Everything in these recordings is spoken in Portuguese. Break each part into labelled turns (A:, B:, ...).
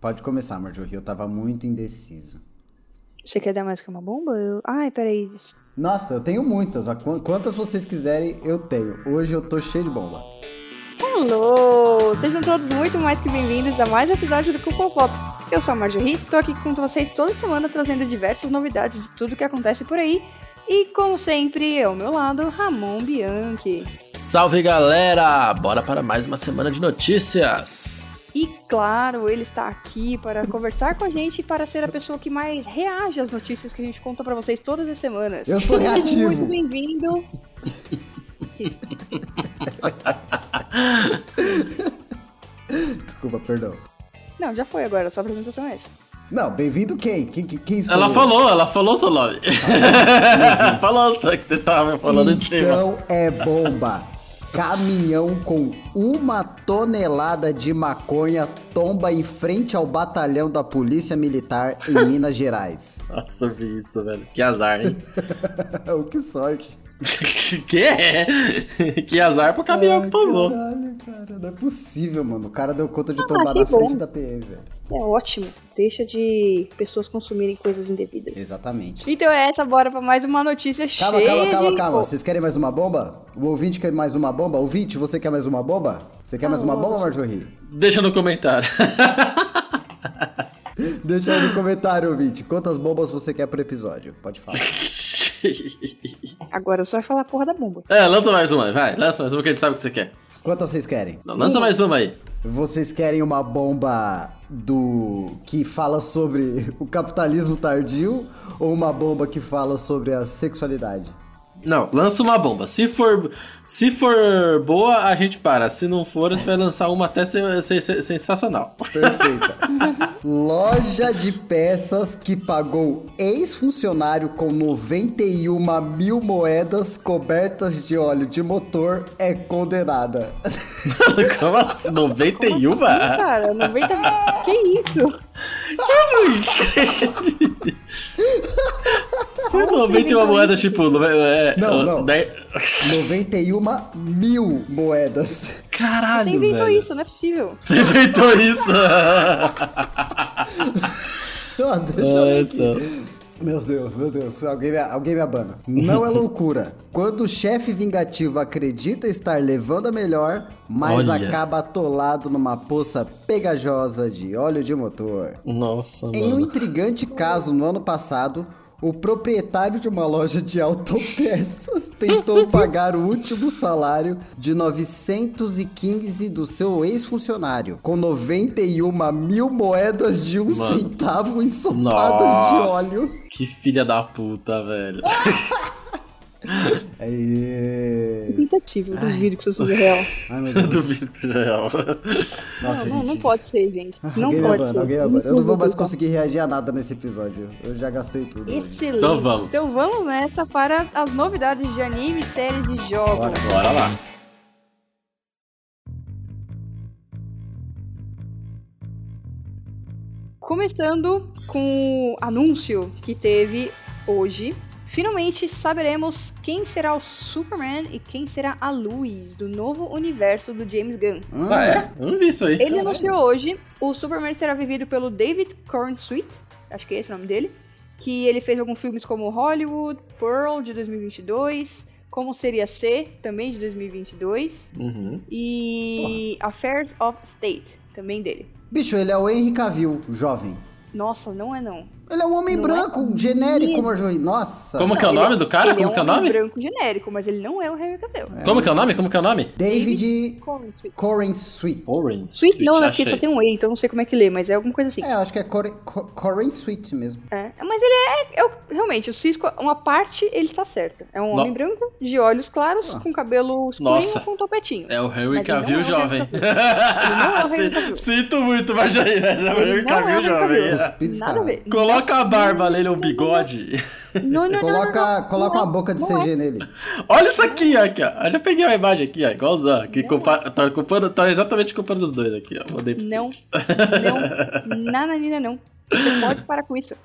A: Pode começar, Marjorie. Eu tava muito indeciso.
B: Você quer dar mais que uma bomba? Eu... Ai, peraí.
A: Nossa, eu tenho muitas. ó. Qu- Quantas vocês quiserem, eu tenho. Hoje eu tô cheio de bomba.
B: Alô! Sejam todos muito mais que bem-vindos a mais um episódio do Cupom Pop. Eu sou a Marjorie, tô aqui com vocês toda semana trazendo diversas novidades de tudo que acontece por aí. E, como sempre, ao meu lado, Ramon Bianchi.
C: Salve galera! Bora para mais uma semana de notícias!
B: E, claro, ele está aqui para conversar com a gente e para ser a pessoa que mais reage às notícias que a gente conta pra vocês todas as semanas.
A: Eu sou
B: Seja
A: reativo.
B: Muito bem-vindo.
A: Desculpa, perdão.
B: Não, já foi agora, sua apresentação é essa.
A: Não, bem-vindo quem? Quem, quem, quem sou
C: Ela
A: eu?
C: falou, ela falou seu nome. falou, só que você tava falando em cima.
A: Então é bomba. Caminhão com uma tonelada de maconha tomba em frente ao batalhão da Polícia Militar em Minas Gerais.
C: Nossa, eu vi isso, velho. Que azar, hein?
A: Oh, que sorte.
C: que? que azar pro caminhão que
A: Ai,
C: tomou.
A: Caralho, cara, não é possível, mano. O cara deu conta de
B: Ah,
A: tombar
B: que
A: na frente
B: bom.
A: da PM, velho.
B: É ótimo. Deixa de pessoas consumirem coisas indevidas.
A: Exatamente.
B: Então é essa, bora pra mais uma notícia
A: Calma,
B: cheia
A: calma, calma,
B: de...
A: calma.
B: Oh,
A: Vocês querem mais uma bomba? O ouvinte quer mais uma bomba? Ouvinte, você quer mais uma bomba? Você quer mais uma
B: Calma,
A: bomba, Marjorie?
C: Deixa no comentário.
A: Deixa aí no comentário, ouvinte. Quantas bombas você quer pro episódio? Pode falar.
B: Agora você vai falar a porra da bomba.
C: é, lança mais uma, vai. Lança mais uma que a gente sabe o que você quer.
A: Quantas vocês querem?
C: Não, lança mais uma aí.
A: Vocês querem uma bomba do que fala sobre o capitalismo tardio ou uma bomba que fala sobre a sexualidade?
C: Não, lança uma bomba. Se for, se for boa, a gente para. Se não for, você vai lançar uma até sen- sen- sen- sensacional.
A: Perfeita. Loja de peças que pagou ex-funcionário com 91 mil moedas cobertas de óleo de motor é condenada.
C: Como assim? 91?
B: Ih, cara, 90... que isso?
C: Não, vem ter uma moeda tipo. É,
A: Não,
C: é,
A: não.
C: daí-
A: 91 mil moedas.
C: Caralho.
B: Você inventou
C: velho.
B: isso, não é possível.
C: Você inventou isso.
A: Ó, deixa eu ler
C: Nossa.
A: aqui. Meus Deus, meu Deus, alguém me, alguém me abana. Não é loucura. Quando o chefe vingativo acredita estar levando a melhor, mas
C: Olha.
A: acaba atolado numa poça pegajosa de óleo de motor.
C: Nossa,
A: Em um
C: mano.
A: intrigante caso no ano passado, o proprietário de uma loja de autopeças tentou pagar o último salário de 915 do seu ex-funcionário, com 91 mil moedas de um
C: Mano.
A: centavo ensopadas de
C: Nossa.
A: óleo.
C: Que filha da puta, velho.
B: Ah.
A: É Aê.
B: Tentativo, duvido que isso seja real.
A: Ai, meu Deus.
C: Duvido real.
A: Nossa,
B: não, não, não
A: gente.
B: pode ser, gente. Não
A: Alguém me
B: pode
A: abana,
B: ser.
A: alguém me abana. Eu não vou mais conseguir reagir a nada nesse episódio. Eu já gastei tudo. hoje.
B: Excelente.
C: Então vamos.
B: Então vamos nessa para as novidades de anime, séries e jogos.
A: Bora.
C: Bora lá.
B: Começando com o anúncio que teve hoje. Finalmente saberemos quem será o Superman e quem será a Lois do novo universo do James Gunn.
A: Hum.
C: Ah, é? Eu não vi isso aí.
B: Ele anunciou hoje, o Superman será vivido pelo David Cornsweet, acho que é esse o nome dele, que ele fez alguns filmes como Hollywood, Pearl de 2022, Como Seria Ser, também de 2022,
C: Uhum.
B: e Affairs of State, também dele.
A: Bicho, ele é o Henry Cavill, jovem.
B: Nossa, não é não.
A: Ele é um homem
B: Não
A: branco, genérico, Marjorie. Nossa.
C: Como que é o
B: Não,
C: nome do cara?
B: Ele
C: Como
B: é
C: que é o
B: um homem
C: nome?
B: branco genérico, mas ele não é o Henry Cavill.
C: Como que é o nome? Como que é o nome?
A: David
B: Cornsweet.
A: Corin Sweet.
C: Orange.
B: Sweet não, né? Porque
C: achei.
B: só tem um E, então não sei como é que lê, mas é alguma coisa assim.
A: É, eu acho que é Corin, Co- Corin Sweet mesmo.
B: É, mas ele é, é o- Realmente, o Cisco, uma parte, ele tá certo. É um
C: No- Ah.
B: homem branco, de olhos claros, com cabelo escurinho
C: Nossa.
B: com um topetinho.
C: É o Harry
B: Mas ele não é
C: Cavill
B: o
C: jovem.
B: Henry não é o Henry
C: Si-
B: Cavill.
C: Sinto muito, mas aí, mas é o
B: Ele
C: Harry
B: não é o
C: Cavill
B: Henry
C: jovem.
B: Cavill.
A: Cuspido
B: Nada a ver.
C: Coloca a barba nele, o bigode.
B: Não, não, não, não, não,
A: Coloca,
B: não.
A: coloca
B: Não
A: uma
B: é.
A: boca de
B: Não é.
A: CG nele.
C: Olha isso aqui, ó, aqui, ó. Eu já peguei uma imagem aqui, ó, igualzão. Que compa- tá, culpando, tá exatamente culpando os dois aqui, ó. Mandei pra
B: Não,
C: vocês.
A: Hum.
B: não, nananina não. Você pode parar com isso.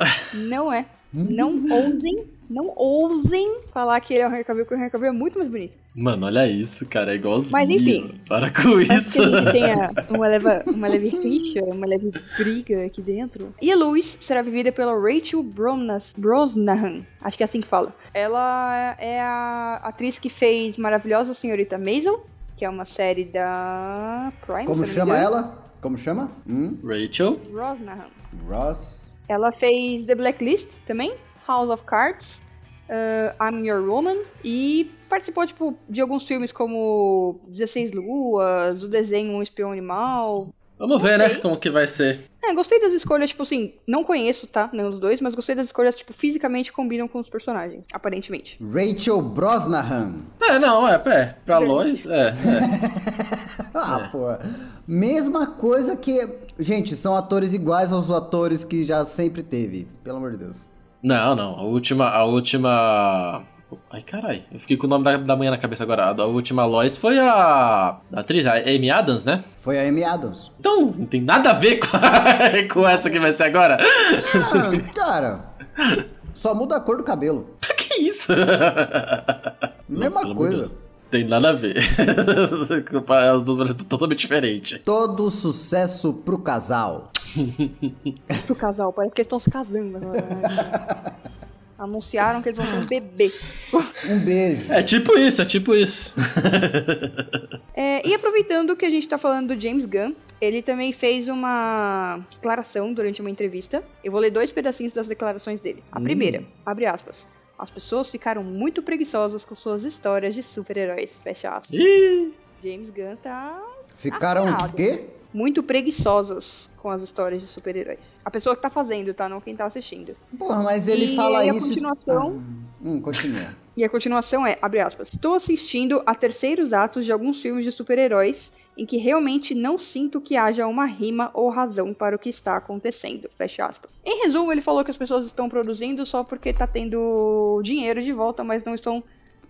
B: Não é. Não ousem Não ousem falar que ele é o Henry Cavill, porque o Henry Cavill é muito mais bonito.
C: Mano, olha isso, cara. É igualzinho.
B: Mas enfim. é
C: Para com
B: Mas
C: isso.
B: tem, tenha uma, leva, uma leve rixa, uma leve briga aqui dentro. E a Louis será vivida pela Rachel Bromnas, Brosnahan, acho que é assim que fala. Ela é a atriz que fez Maravilhosa Senhorita Maisel, que é uma série da Prime. se
A: Como
B: não me
A: chama
B: engano.
A: ela? Como chama? Hum?
C: Rachel?
B: Brosnahan.
A: Ross.
B: Ela fez The Blacklist também, House of Cards, eh, I'm Your Woman e participou tipo, de alguns filmes como 16 Luas, O Desenho Um Espião Animal.
C: Vamos ver, né? Como que vai ser.
B: É, gostei das escolhas, tipo assim, não conheço, tá? Nenhum dos dois, mas gostei das escolhas, tipo, fisicamente combinam com os personagens, aparentemente.
A: Rachel Brosnahan.
C: É, não, é, é. Pra Lois, é, é.
A: Ah, pô. Mesma coisa que. Gente, são atores iguais aos atores que já sempre teve. Pelo amor de Deus.
C: Não, não. A última. A última. Ai, carai. Eu fiquei com o nome da, da manhã na cabeça agora. A, da última Lois foi a. a atriz, a Amy Adams, né?
A: Foi a Amy Adams.
C: Então, não tem nada a ver com, com essa que vai ser agora.
A: Ah, cara. Só muda a cor do cabelo.
C: que isso?
A: Mesma
C: pelo amor de
A: coisa.
C: Deus. Tem nada a ver. As duas mulheres estão totalmente diferentes.
A: Todo sucesso pro casal.
B: Pro casal, parece que eles estão se casando agora. né? Anunciaram que eles vão ter um bebê.
A: Um beijo.
C: É tipo isso, é tipo isso.
B: É, e aproveitando que a gente tá falando do James Gunn, ele também fez uma declaração durante uma entrevista. Eu vou ler dois pedacinhos das declarações dele. A primeira, abre aspas. As pessoas ficaram muito preguiçosas com suas histórias de super-heróis. Fecha aspas.
C: Ih,
B: James Gunn tá
A: Ficaram o
B: Afiado.
A: quê?
B: muito preguiçosas com as histórias de super-heróis. A pessoa que tá fazendo, tá? Não quem tá assistindo.
A: Porra, mas ele
B: E
A: fala
B: aí a
A: isso.
B: continuação?
A: Ah, hum, continua.
B: E a continuação é, abre aspas, estou assistindo a terceiros atos de alguns filmes de super-heróis em que realmente não sinto que haja uma rima ou razão para o que está acontecendo. Fecha aspas. Em resumo, ele falou que as pessoas estão produzindo só porque tá tendo dinheiro de volta, mas não estão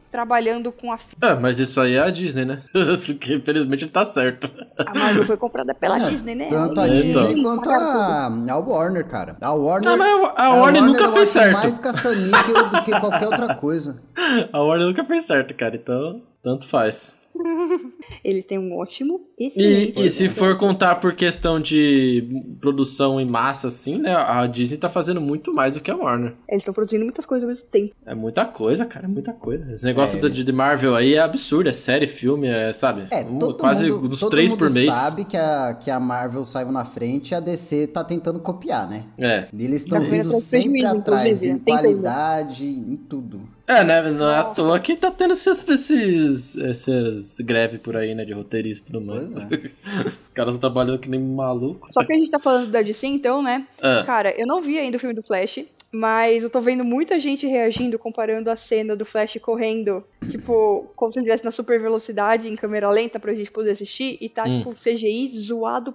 B: trabalhando com a fi-
C: Ah, mas isso aí é a Disney, né? Porque infelizmente ele tá certo.
B: A Marvel foi comprada pela Disney, né?
A: É, Tanto a
B: Aí,
C: Então.
A: Disney
B: eles
A: quanto
B: pagaram
A: a, a Warner, cara. A Warner.
C: Não, Ah, mas a- a Warner nunca
A: eu
C: fez
A: acho
C: certo.
A: mais caça-níquel do que qualquer outra coisa.
C: A Warner nunca fez certo, cara. Então, tanto faz.
B: tudo. Ele tem um ótimo,
C: E,
B: excelente...
C: e
A: é.
C: se for contar por questão de produção em massa, assim, né? A Disney tá fazendo muito mais do que a Warner.
B: Eles estão produzindo muitas coisas ao mesmo tempo.
C: É muita coisa, cara, é muita coisa. Esse negócio
A: É.
C: da- de, Marvel aí é absurdo, é série, filme, é, sabe?
A: É,
C: Um-
A: todo
C: quase
A: mundo,
C: uns
A: todo
C: três
A: mundo
C: por mês.
A: sabe que a, que a Marvel saiu na frente e a DC tá tentando copiar, né?
C: É.
A: Eles estão
B: correndo
A: vindo
B: atrás do
A: sempre
B: prejuízo,
A: atrás,
B: inclusive,
A: em
B: não tem como.
A: qualidade, em tudo.
C: É, né? Não é à
B: Nossa.
C: toa que tá tendo esses, esses, essas greves por aí, né? De roteirista e tudo mais.
A: Pois é.
C: Os caras trabalham que nem maluco.
B: Só que a gente tá falando da DC, então, né?
C: Ah.
B: Cara, eu não vi ainda o filme do Flash, mas eu tô vendo muita gente reagindo, comparando a cena do Flash correndo, tipo, como se ele estivesse na super velocidade, em câmera lenta, pra gente poder assistir, e tá,
C: Hum.
B: tipo, CGI zoado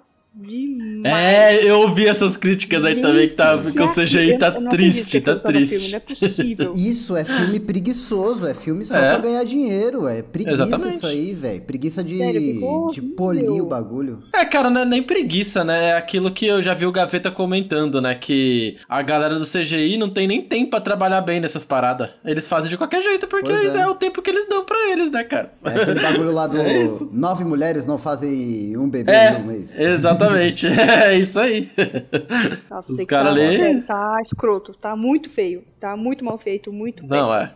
B: demais.
C: É, eu ouvi essas críticas aí também, que, tá, que o CGI tá triste, tá
B: Filme,
C: triste.
B: não é possível.
A: Isso é filme preguiçoso, é filme só
C: É.
A: pra ganhar dinheiro, é preguiça
C: Exatamente.
A: isso aí, velho. Preguiça de,
B: Sério, ficou
A: de
B: horrível.
A: polir o bagulho.
C: É, cara, não é nem preguiça, né? É aquilo que eu já vi o Gaveta comentando, né? Que a galera do CGI não tem nem tempo pra trabalhar bem nessas paradas. Eles fazem de qualquer jeito, porque
A: Pois é.
C: é. o tempo que eles dão pra eles, né, cara?
A: É aquele bagulho lá do
C: É isso.
A: nove mulheres não fazem um bebê
C: É,
A: no mês.
C: exatamente. é isso aí.
B: Nossa,
C: Os
B: sei que
C: cara
B: tá,
C: ali-
B: sério, tá escroto, tá muito feio, tá muito mal feito, muito
C: Não,
B: péssimo.
C: é.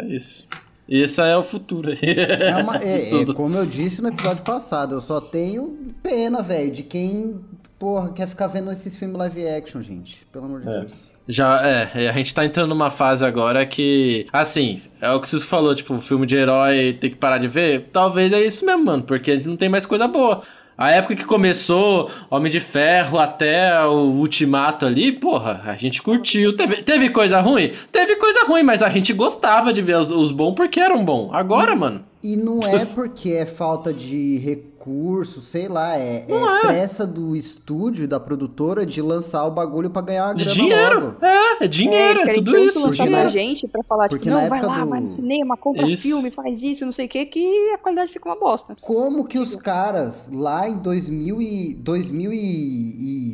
C: É isso. E esse aí é o futuro.
A: É uma- é- é,
C: Tudo.
A: como eu disse no episódio passado, eu só tenho pena, velho, de quem, porra, quer ficar vendo esses filmes live action, gente. Pelo amor de Deus.
C: Já, é, é, a gente tá entrando numa fase agora que, assim, é o que vocês falou, tipo, filme de herói tem que parar de ver. Talvez é isso mesmo, mano, porque a gente não tem mais coisa boa. A época que começou Homem de Ferro até o Ultimato ali, porra, a gente curtiu. Teve, teve coisa ruim? Teve coisa ruim, mas a gente gostava de ver os, os bons porque eram bons.
A: Hum.
C: Agora, mano,
A: E não
C: Tipo
A: é
C: assim
A: porque é falta de recurso, sei lá, é, é pressa do estúdio, e da produtora de lançar o bagulho pra ganhar uma
C: de
A: grana
C: dinheiro.
A: logo.
C: É, é dinheiro, é,
B: querem
C: tudo
B: tanto
C: isso.
B: lançar
A: porque
B: pra
A: na-
B: gente pra falar, tipo,
A: porque na
B: não, vai
A: época
B: lá,
A: do-
B: vai no cinema, compra
C: Isso.
B: filme, faz isso, não sei o que, que a qualidade fica uma bosta.
A: Como que os caras lá em 2000 e, 2000 e,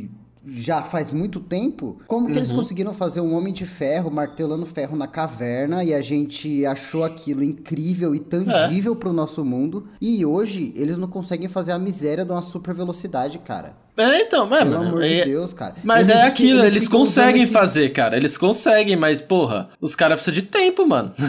A: e já faz muito tempo, como que eles
C: Uhum.
A: conseguiram fazer um Homem de Ferro martelando ferro na caverna e a gente achou aquilo incrível e
C: É.
A: tangível pro nosso mundo e hoje eles não conseguem fazer a miséria de uma super velocidade, cara.
C: É, então, mas,
A: Pelo
C: mano,
A: amor
C: é-
A: de Deus, cara.
C: Mas é
A: ficam-
C: aquilo, eles,
A: ficam usando
C: conseguem
A: esse- tipo
C: fazer, cara. Eles conseguem, mas, porra, os caras precisam de tempo, mano.
A: Sim,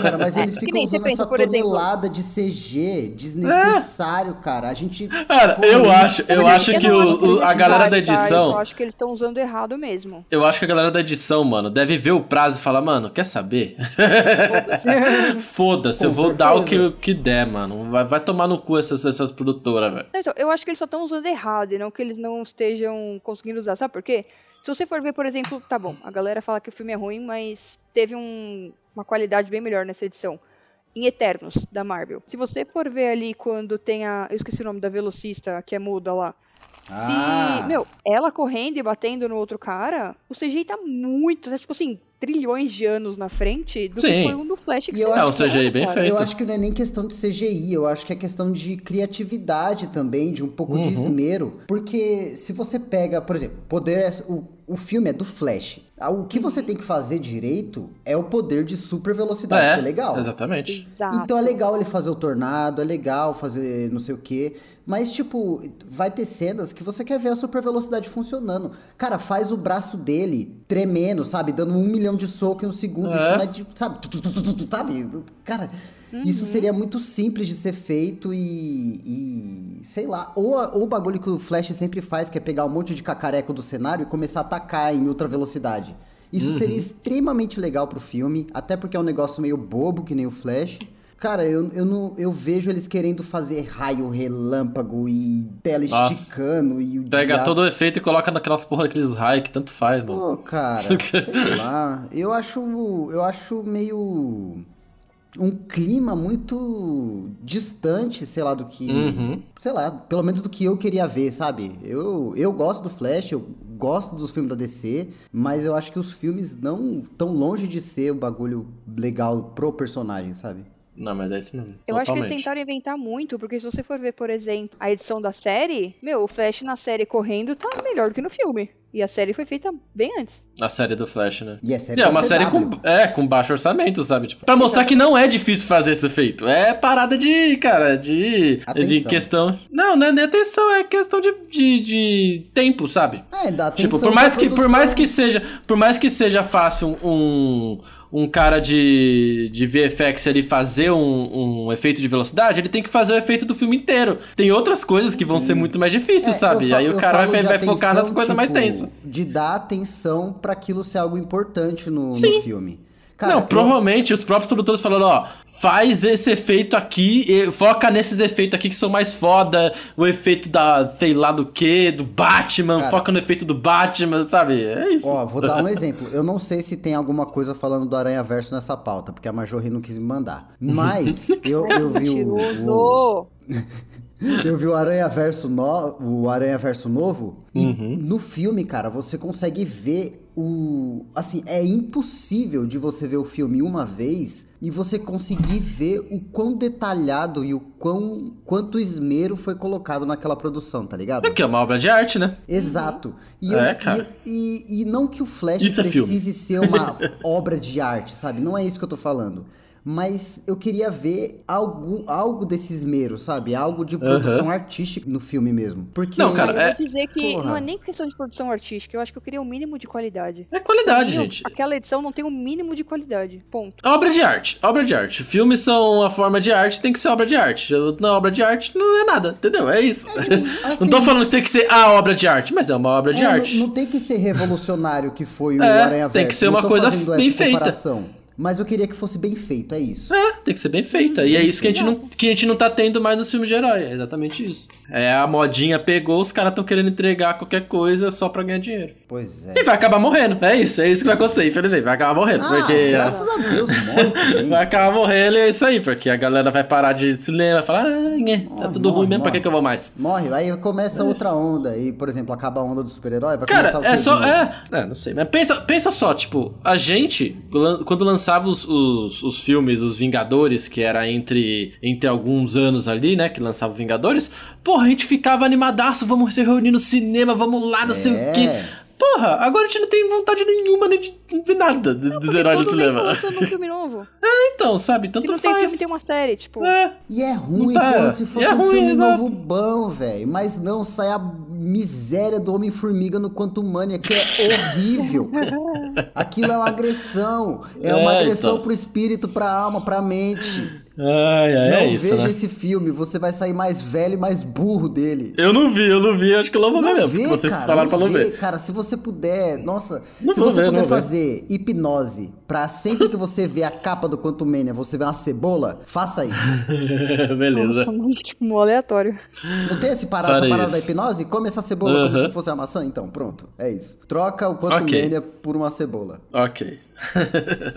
A: cara, mas eles
B: É, que
A: ficam
B: nem você
A: usando
B: pensa,
A: essa
B: por exemplo-
A: tonelada de CG desnecessário, cara. A gente.
C: Cara,
A: Pô,
C: eu
A: isso-
C: acho, eu acho
B: não
C: que
B: acho
C: o- o-
B: eles
C: a galera da
B: precisaram, Tá? Eu só
C: edição.
B: acho que eles estão usando errado mesmo.
C: Eu acho que a galera da edição, mano, deve ver o prazo e falar, mano, quer saber? Foda-se, eu
A: Com
C: vou dar o que,
A: certeza.
C: o que der, mano. Vai, vai tomar no cu essas, essas produtoras, velho.
B: Não, então, eu acho que eles só estão usando errado e não que eles não estejam conseguindo usar. Sabe por quê? Se você for ver, por exemplo, tá bom, a galera fala que o filme é ruim, mas teve um- uma qualidade bem melhor nessa edição. Em Eternos, da Marvel. Se você for ver ali quando tem a. Eu esqueci o nome da velocista, que é muda lá.
A: Ah.
B: Se. Meu, ela correndo e batendo no outro cara, o CGI tá muito. Tá, tipo assim, trilhões de anos na frente do
C: Sim.
B: que foi um do Flash que
A: E eu
B: você
A: acho
B: tá
A: É, o
C: CGI bem
B: cara.
C: feito.
A: Eu acho que não é nem questão de CGI, eu acho que é questão de criatividade também, de um pouco de
C: Uhum.
A: esmero. Porque se você pega, por exemplo, poder é. O, o filme é do Flash. Ah, O que você tem que fazer direito é o poder de super velocidade. Isso é legal.
C: Exatamente.
B: Exato.
A: Então é legal ele fazer o tornado, é legal fazer não sei o quê. Mas, tipo, vai ter cenas que você quer ver a super velocidade funcionando. Cara, faz o braço dele tremendo, sabe? Dando um milhão de soco em um segundo.
C: É.
A: Isso não é de, sabe? Tu, tu, tu, tu, tu, tu, sabe? Cara, isso seria
C: Uhum.
A: muito simples de ser feito e. e, sei lá. Ou, a- ou o bagulho que o Flash sempre faz, que é pegar um monte de cacareco do cenário e começar a atacar em ultra velocidade. Isso
C: Uhum.
A: seria extremamente legal pro filme, até porque é um negócio meio bobo, que nem o Flash. Cara, eu, eu, não, eu vejo eles querendo fazer raio, relâmpago e tela
C: Nossa.
A: esticando e o
C: Pega
A: diabo.
C: todo o efeito e coloca naquelas porra daqueles raio que tanto faz, mano.
A: Pô, cara, sei lá. Eu acho, eu acho meio um clima muito distante, sei lá, do que,
C: Uhum.
A: sei lá, pelo menos do que eu queria ver, sabe? Eu, eu gosto do Flash, eu gosto dos filmes da DC, mas eu acho que os filmes não tão longe de ser o bagulho legal pro personagem, sabe?
C: Não, mas é isso mesmo.
B: Eu acho que eles
C: Totalmente.
B: tentaram inventar muito, porque se você for ver, por exemplo, a edição da série, meu, o Flash na série correndo tá melhor do que no filme. E a série foi feita bem antes.
C: A série do Flash, né?
A: E é série
C: é
A: da
C: uma
A: CW.
C: série com, é, com baixo orçamento, sabe? Tipo, pra mostrar que não é difícil fazer esse efeito. É parada de, cara, de.
A: Atenção.
C: De questão. Não, não é nem atenção, é questão de, de, de tempo, sabe?
A: É, dá
C: Tipo,
A: atenção
C: por mais,
A: pra
C: que, por mais
A: produção.
C: que seja, por mais que seja fácil um, um cara de, de VFX ele fazer um, um efeito de velocidade, ele tem que fazer o efeito do filme inteiro. Tem outras coisas que vão ser muito mais
A: É,
C: difíceis, sabe?
A: eu fa-
C: Aí
A: eu
C: o cara
A: falo
C: vai,
A: de
C: vai focar nas
A: atenção,
C: coisas mais
A: tipo,
C: tensas.
A: De dar atenção pra aquilo ser algo importante no, no
C: Sim.
A: filme.
C: não,
A: eu-
C: provavelmente os próprios produtores falaram, ó, faz esse efeito aqui, e foca nesses efeitos aqui que são mais foda, o efeito da, sei lá do que, do Batman,
A: Cara.
C: foca no efeito do Batman, sabe? É isso.
A: Ó, vou dar um exemplo. Eu não sei se tem alguma coisa falando do Aranha Verso nessa pauta, porque a Majorri não quis me mandar. Mas eu, eu vi o, o-
B: Mentiroso!
A: eu vi o Aranha Verso no, o Aranha Verso novo e no filme, cara, você consegue ver o assim, é impossível de você ver o filme uma vez e você conseguir ver o quão detalhado e o quão quanto esmero foi colocado naquela produção, tá ligado?
C: Que é uma obra de arte, né?
A: Exato. E,
C: É,
A: eu-
C: cara.
A: e- e- e não que o Flash
C: Isso é filme.
A: precise ser uma obra de arte, sabe? Não é isso que eu tô falando. Mas eu queria ver algo, algo desse esmero, sabe? Algo de produção artística no filme mesmo. Porque.
C: Não, cara,
B: Eu
C: é-
B: vou dizer que
A: Porra.
B: não é nem questão de produção artística, eu acho que eu queria o mínimo de qualidade.
C: É qualidade,
B: Pra mim,
C: gente.
B: Aquela edição não tem o mínimo de qualidade. Ponto.
C: Obra de arte, obra de arte. Filmes são uma forma de arte, tem que ser obra de arte. Na obra de arte não é nada, entendeu? É isso. não tô
A: assim-
C: falando que tem que ser a obra de arte, mas é uma obra de
A: É,
C: arte.
A: Não, não tem que ser revolucionário que foi o
C: É,
A: Aranha
C: tem que ser uma coisa bem feita.
A: Mas eu queria que fosse bem feito, é isso.
C: É, tem que ser bem feita. e é isso que a, gente não, que a gente não tá tendo mais nos filmes de herói. É exatamente isso. É, a modinha pegou, os caras tão querendo entregar qualquer coisa só pra ganhar dinheiro.
A: Pois é.
C: E vai acabar morrendo. É isso, é isso que vai acontecer, infelizmente. Vai acabar morrendo.
A: Ah,
C: porque.
A: graças a Deus, morre também.
C: Vai acabar morrendo e é isso aí, porque a galera vai parar de cinema, vai falar, ah, né, tá
A: Morre,
C: tudo ruim
A: morre,
C: mesmo, pra que,
A: morre.
C: que eu vou mais?
A: Morre, aí começa outra onda. E, por exemplo, acaba a onda do super-herói, vai
C: É Cara,
A: começar o
C: é
A: quê de
C: só.
A: novo?
C: É, é, não sei. Mas pensa, pensa só, tipo, a gente, lan- quando lançava os, os, os filmes, os Vingadores, que era entre, entre alguns anos ali, né? Que lançava o Vingadores. Porra, a gente ficava animadaço, vamos se reunir no cinema, vamos lá, não sei
A: É.
C: o quê. Porra, agora a gente não tem vontade nenhuma nem de de nada de- dos heróis do
B: todo mês tá
C: cinema.
B: lançando um filme novo.
C: Então, sabe?
B: Se
C: Tanto
B: não Tipo, tem
C: faz.
B: filme, tem uma série, tipo.
C: É.
A: E é ruim,
C: Não tá,
A: pô,
C: é.
A: se
C: E
A: fosse
C: é
A: um
C: ruim,
A: filme
C: exato.
A: novo bom, velho. Mas não, sai a miséria do Homem-Formiga no Quanto Mania, que é horrível. cara. Aquilo é uma agressão. É, uma
C: É,
A: agressão
C: então.
A: pro espírito, pra alma, pra mente.
C: Ai, ai,
A: não
C: é isso,
A: veja
C: né?
A: esse filme, você vai sair mais velho e mais burro dele.
C: Eu não vi, eu não vi, acho que eu não vou ver mesmo. porque vocês falaram pra não
A: vê,
C: ver.
A: Cara, se você puder, nossa,
C: Não
A: se
C: vou
A: você
C: ver,
A: puder
C: não vou ver.
A: fazer hipnose pra sempre que você vê a capa do Quanto Mania, você vê uma cebola, faça isso.
C: Beleza.
B: Nossa, mano, tipo, um aleatório.
A: Não tem esse parada,
C: Farei
A: essa parada da
C: isso.
A: hipnose? Come essa cebola como
C: Aham.
A: se fosse uma maçã? Então, pronto. É isso. Troca o quanto
C: Ok.
A: mania por uma cebola.
C: Ok.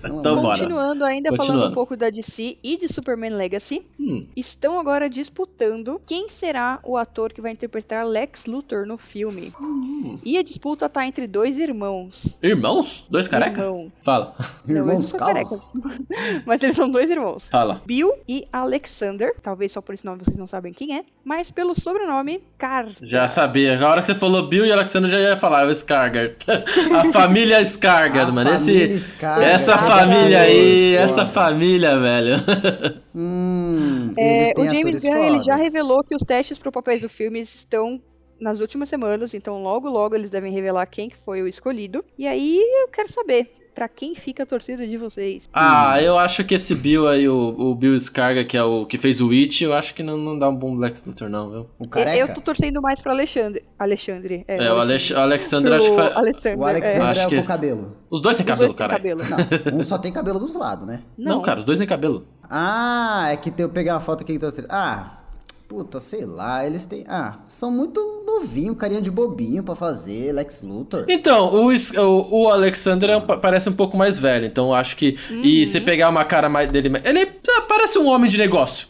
C: então bora.
B: Continuando ainda falando
C: Continuando.
B: um pouco da DC e de Superman Legacy,
C: Hum.
B: estão agora disputando quem será o ator que vai interpretar Lex Luthor no filme.
C: Hum.
B: E a disputa tá entre dois irmãos.
C: Irmãos? Dois careca?
B: Irmãos.
C: Fala,
B: não, é eles não
A: Irmãos
B: são
A: Carlos?
C: Tá
B: carecas. Mas eles são dois irmãos.
C: fala.
B: Bill e Alexander, talvez só por esse nome vocês não sabem quem é, mas pelo sobrenome Car.
C: Já sabia. A hora que você falou Bill e Alexandre, eu já ia falar, é o Scargar. A família Scargar,
A: A
C: mano.
A: família
C: Esse,
A: Scargar.
C: essa
A: Ah,
C: família aí,
A: foda.
C: essa família, velho.
A: Hum,
B: É,
A: eles
B: o
A: têm
B: James
A: atores
B: Gunn ele já
A: fodas.
B: revelou que os testes para papéis do filme estão nas últimas semanas, então logo logo eles devem revelar quem que foi o escolhido. E aí eu quero saber para quem fica a torcida de vocês.
C: Ah, eu acho que esse Bill aí, o, o Bill Scarga, que é o que fez o It, eu acho que não, não dá um bom Lex Luthor, não, viu?
A: O
B: É, Eu-
A: careca?
B: Eu tô torcendo mais para Alexandre. Alexandre. É,
C: É, o Alex, o Alexandre,
B: Pro
C: acho que faz.
B: Alexander,
A: O
B: é.
A: Alexander
C: Acho
A: é o
C: que-
A: com cabelo.
C: Os dois têm
B: Os
C: cabelo,
B: dois têm
C: cara.
B: cabelo.
A: Não, um só tem cabelo dos lados, né?
C: Não, cara, os dois têm cabelo.
A: Ah, é que tem- eu peguei uma foto aqui que tem os três. Ah, puta, sei lá, eles têm... Ah, são muito novinho, carinha de bobinho pra fazer, Lex Luthor.
C: Então, o, Es- o, o Alexander é um- pa- parece um pouco mais velho, então eu acho que. E
B: Uhum.
C: se pegar uma cara mais dele. Ele ah, parece um homem de negócio.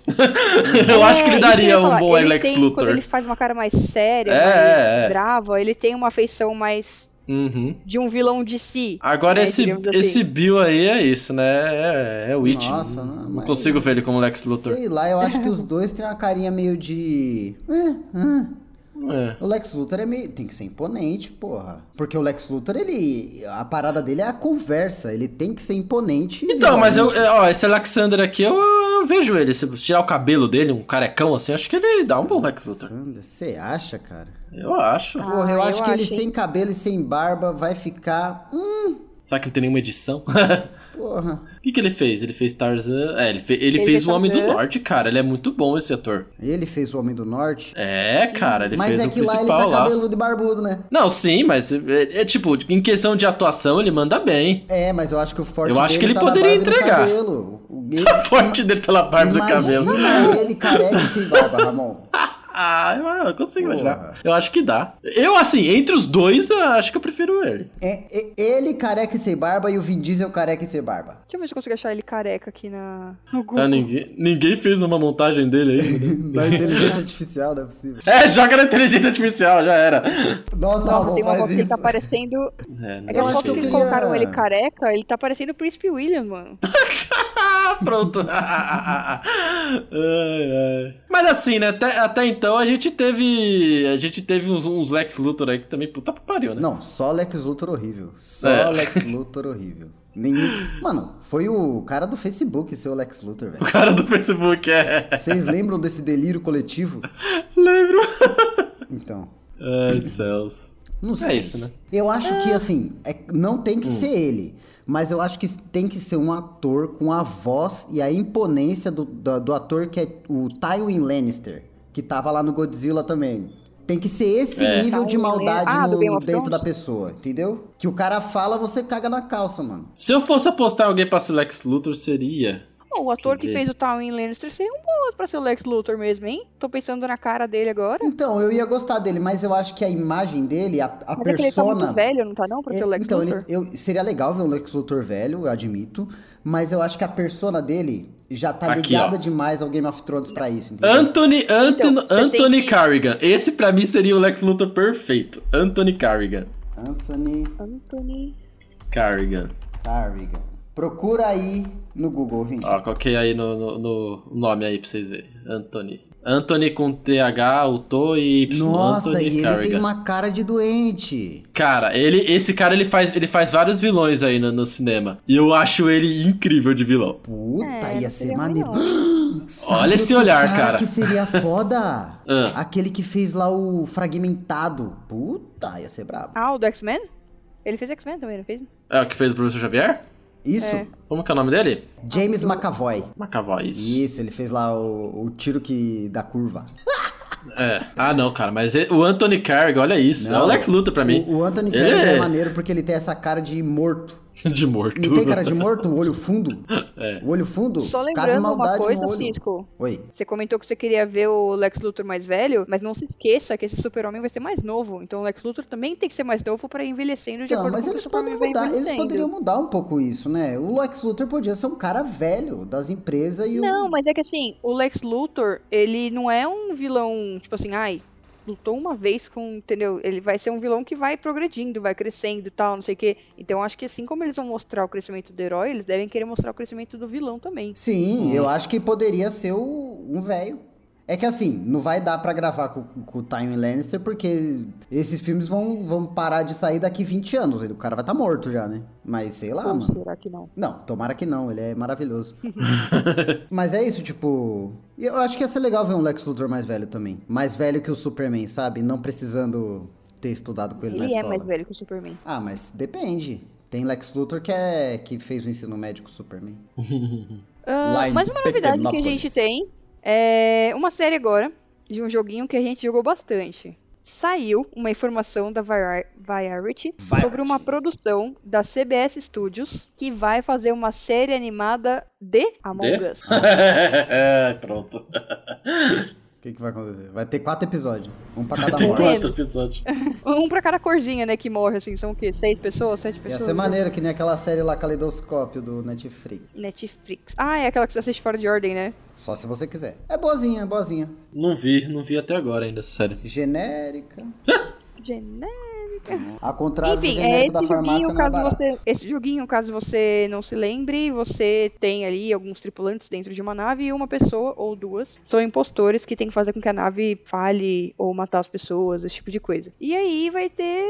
C: eu acho que
B: É,
C: ele
B: isso eu ia
C: daria um
B: falar.
C: bom
B: Ele
C: Lex
B: tem- Quando
C: Luthor.
B: ele faz uma cara mais séria,
C: É,
B: mais
C: é, é.
B: brava, ele tem uma feição mais
C: Uhum.
B: de um vilão de si.
C: Agora,
B: né,
C: esse,
B: digamos assim.
C: esse Bill aí é isso, né? É, é o It.
A: Nossa,
C: não,
A: mas-
C: consigo ver ele como Lex Luthor.
A: Sei lá, eu acho que os dois têm uma carinha meio de. É, é.
C: É.
A: O Lex Luthor é meio. Tem que ser imponente, porra. Porque o Lex Luthor, ele. A parada dele é a conversa. Ele tem que ser imponente.
C: Então, mas eu,
A: realmente.
C: é, ó, esse Alexander aqui, eu, eu vejo ele. Se tirar o cabelo dele, um carecão assim, acho que ele dá um bom Lex Luthor.
A: Sandra, Você acha, cara?
C: Eu acho.
A: Porra, eu,
B: eu
A: acho que ele
B: acho, hein?
A: sem cabelo e sem barba vai ficar. Hum,
C: Será que não tem nenhuma edição?
A: porra.
C: O que, que ele fez? Ele fez Tarzan. É, ele, fe- ele
B: Ele
C: fez
B: fez
C: o Homem do
B: Tarzan.
C: Norte, cara. Ele é muito bom esse ator.
A: Ele fez o Homem do Norte.
C: É, cara, ele
A: mas
C: fez
A: é
C: o
A: que lá ele tá
C: principal lá.
A: cabeludo e barbudo, né?
C: Não, sim, mas é, é, tipo, em questão de atuação, ele manda bem.
A: É, mas eu acho que o forte
C: Eu acho
A: dele
C: que ele
A: tá na
C: poderia
A: barba e no
C: entregar.
A: Cabelo. O-
C: A forte dele tá na barba do cabelo.
A: Imagina ele careca e sem barba, Ramon.
C: Ah, eu- eu consigo
A: Porra.
C: imaginar. Eu acho que dá. Eu, assim, entre os dois, eu acho que eu prefiro ele.
A: É, é- ele careca e sem barba e o Vin Diesel careca e sem barba.
B: Deixa eu ver se eu consigo achar ele careca aqui na... no
A: Uhum.
B: Google.
C: Ah, ninguém, ninguém fez uma montagem dele aí.
A: Na inteligência artificial não é possível.
C: é, joga na inteligência artificial, já era.
A: Nossa,
B: Nossa,
A: Ramon,
B: tem uma
A: faz
B: foto que ele
A: isso.
B: tá parecendo.
C: É,
B: É que
A: acho
B: as
C: não
A: que
B: fotos que
A: eu
B: eles
A: queria-
B: colocaram ele careca, ele tá parecendo o Príncipe William, mano.
C: Ah, pronto. Ai, ai. Mas assim, né? Até, até então a gente teve. A gente teve uns, uns Lex Luthor aí que também puta que pariu, né?
A: Não, só Lex Luthor horrível. Só
C: É.
A: Lex Luthor horrível. Nenhum... Mano, foi o cara do Facebook seu Lex Luthor,
C: O
A: velho.
C: cara do Facebook é.
A: Vocês lembram desse delírio coletivo?
C: Lembro.
A: Então,
C: Ai, céus.
A: não sei.
C: É isso, né? Hum.
A: Eu acho que, assim, é- não tem que ser ele. Mas eu acho que tem que ser um ator com a voz e a imponência do, da- do ator que é o Tywin Lannister, que tava lá no Godzilla também. Tem que ser esse
C: É.
A: nível de
B: Tywin
A: maldade
B: Lan- Ah, do
A: no-
B: Game of
A: dentro
B: Thrones?
A: da pessoa, entendeu? Que o cara fala, você caga na calça, mano.
C: Se eu fosse apostar em alguém pra ser Lex Luthor, seria.
B: Pô, o ator que
C: Entendi.
B: fez o Tywin Lannister seria um bom outro pra ser o Lex Luthor mesmo, hein? Tô pensando na cara dele agora.
A: Então, eu ia gostar dele, mas eu acho que a imagem dele, a, a
B: Mas é que ele tá
A: persona.
B: muito velho, não tá não, pra
A: É,
B: ser o Lex
A: então, ele-
B: Luthor?
A: eu, seria legal ver um Lex Luthor velho, eu admito. Mas eu acho que a persona dele já tá
C: Aqui,
A: ligada
C: ó.
A: demais ao Game of Thrones pra isso, entendeu?
C: Anthony,
A: Então,
C: Anthony,
B: você tem
C: Anthony
B: que-
C: Carrigan. Esse pra mim seria o Lex Luthor perfeito. Anthony Carrigan.
A: Anthony
B: Anthony...
C: Carrigan.
A: Carrigan. Procura aí no Google, gente.
C: Ó, coloquei aí no, no- no nome aí pra vocês verem. Anthony. Anthony com TH, o Tô e Y.
A: Nossa,
C: Anthony
A: e ele tem
C: Carrigan.
A: uma cara de doente.
C: Cara, ele, esse cara ele faz, ele faz vários vilões aí no, no cinema. E eu acho ele incrível de vilão.
A: Puta,
B: É,
A: ia
B: não
A: ser
B: seria
A: maneiro. Sabe
C: Olha esse
A: outro
C: olhar, cara.
A: que seria foda?
C: Ah.
A: Aquele que fez lá o fragmentado. Puta, ia ser brabo.
B: Ah, o do X-Men? Ele fez X-Men também, não fez?
C: É o que fez o professor Xavier?
A: Isso,
C: Como que é o nome dele?
A: James McAvoy.
C: McAvoy, isso.
A: Isso, ele fez lá o, o tiro que da curva.
C: É. Ah, não, cara, mas ele- o Anthony Carrigan, olha isso. é o Lex Luthor pra mim.
A: O, o Anthony
C: Ele
A: Carrigan é
C: é-
A: maneiro porque ele tem essa cara de morto.
C: de morto.
A: Não tem cara de morto? O olho fundo?
C: É.
A: O olho fundo?
B: Só
A: cabe
B: lembrando uma
A: maldade no
B: coisa,
A: olho.
B: Cisco.
A: Oi.
B: Você comentou que você queria ver o Lex Luthor mais velho, mas não se esqueça que esse super-homem vai ser mais novo. Então o Lex Luthor também tem que ser mais novo pra ir envelhecendo de
A: Não,
B: acordo
A: Então, mas
B: com o que o
A: eles podem
B: super-homem vai
A: mudar. Eles
B: envelhecendo.
A: poderiam mudar um pouco isso, né? O Lex Luthor podia ser um cara velho das empresas e
B: Não,
A: o.
B: mas é que assim, o Lex Luthor, ele não é um vilão, tipo assim, ai, lutou uma vez com, entendeu? Ele vai ser um vilão que vai progredindo, vai crescendo e tal, não sei o quê. Então acho que assim como eles vão mostrar o crescimento do herói, eles devem querer mostrar o crescimento do vilão também.
A: Sim, eu acho que poderia ser o- um velho. É que assim, não vai dar pra gravar com, com o Time Lannister, porque esses filmes vão, vão parar de sair daqui 20 anos. O cara vai estar morto já, né? Mas sei lá,
B: Ou
A: mano.
B: será que não?
A: Não, tomara que não, ele é maravilhoso. Mas é isso, tipo. Eu acho que ia ser legal ver um Lex Luthor mais velho também. Mais velho que o Superman, sabe? Não precisando ter estudado com ele, na
B: Ele é
A: escola.
B: mais velho que o Superman.
A: Ah, mas depende. Tem Lex Luthor que, é, que fez o ensino médio com o Superman.
B: Ah,
A: Lá em
B: mais uma novidade que a gente
A: Pequenópolis.
B: tem é uma série agora de um joguinho que a gente jogou bastante. Saiu uma informação da Vari- Variety sobre uma produção da CBS Studios que vai fazer uma série animada de Among
C: De?
B: Us.
C: É, Pronto.
A: O que, que vai acontecer? Vai ter quatro episódios. Um pra cada
C: Tem
A: morte.
B: quatro.
C: quatro episódios.
B: Um pra cada corzinha, né, que morre, assim. São o quê? Seis pessoas? Sete
A: Ia
B: pessoas?
A: ser maneiro, que nem aquela série lá, Caleidoscópio, do Netflix.
B: Netflix. Ah, é aquela que você assiste fora de ordem, né?
A: Só se você quiser. É boazinha, é boazinha.
C: Não vi, não vi até agora ainda essa série.
A: Genérica.
B: Gené.
A: A contrário do
B: Enfim,
A: genérico
B: é esse
A: da farmácia
B: joguinho,
A: não é
B: caso
A: barato.
B: você, esse joguinho, caso você não se lembre, você tem ali alguns tripulantes dentro de uma nave e uma pessoa ou duas são impostores que tem que fazer com que a nave fale ou matar as pessoas, esse tipo de coisa. E aí vai ter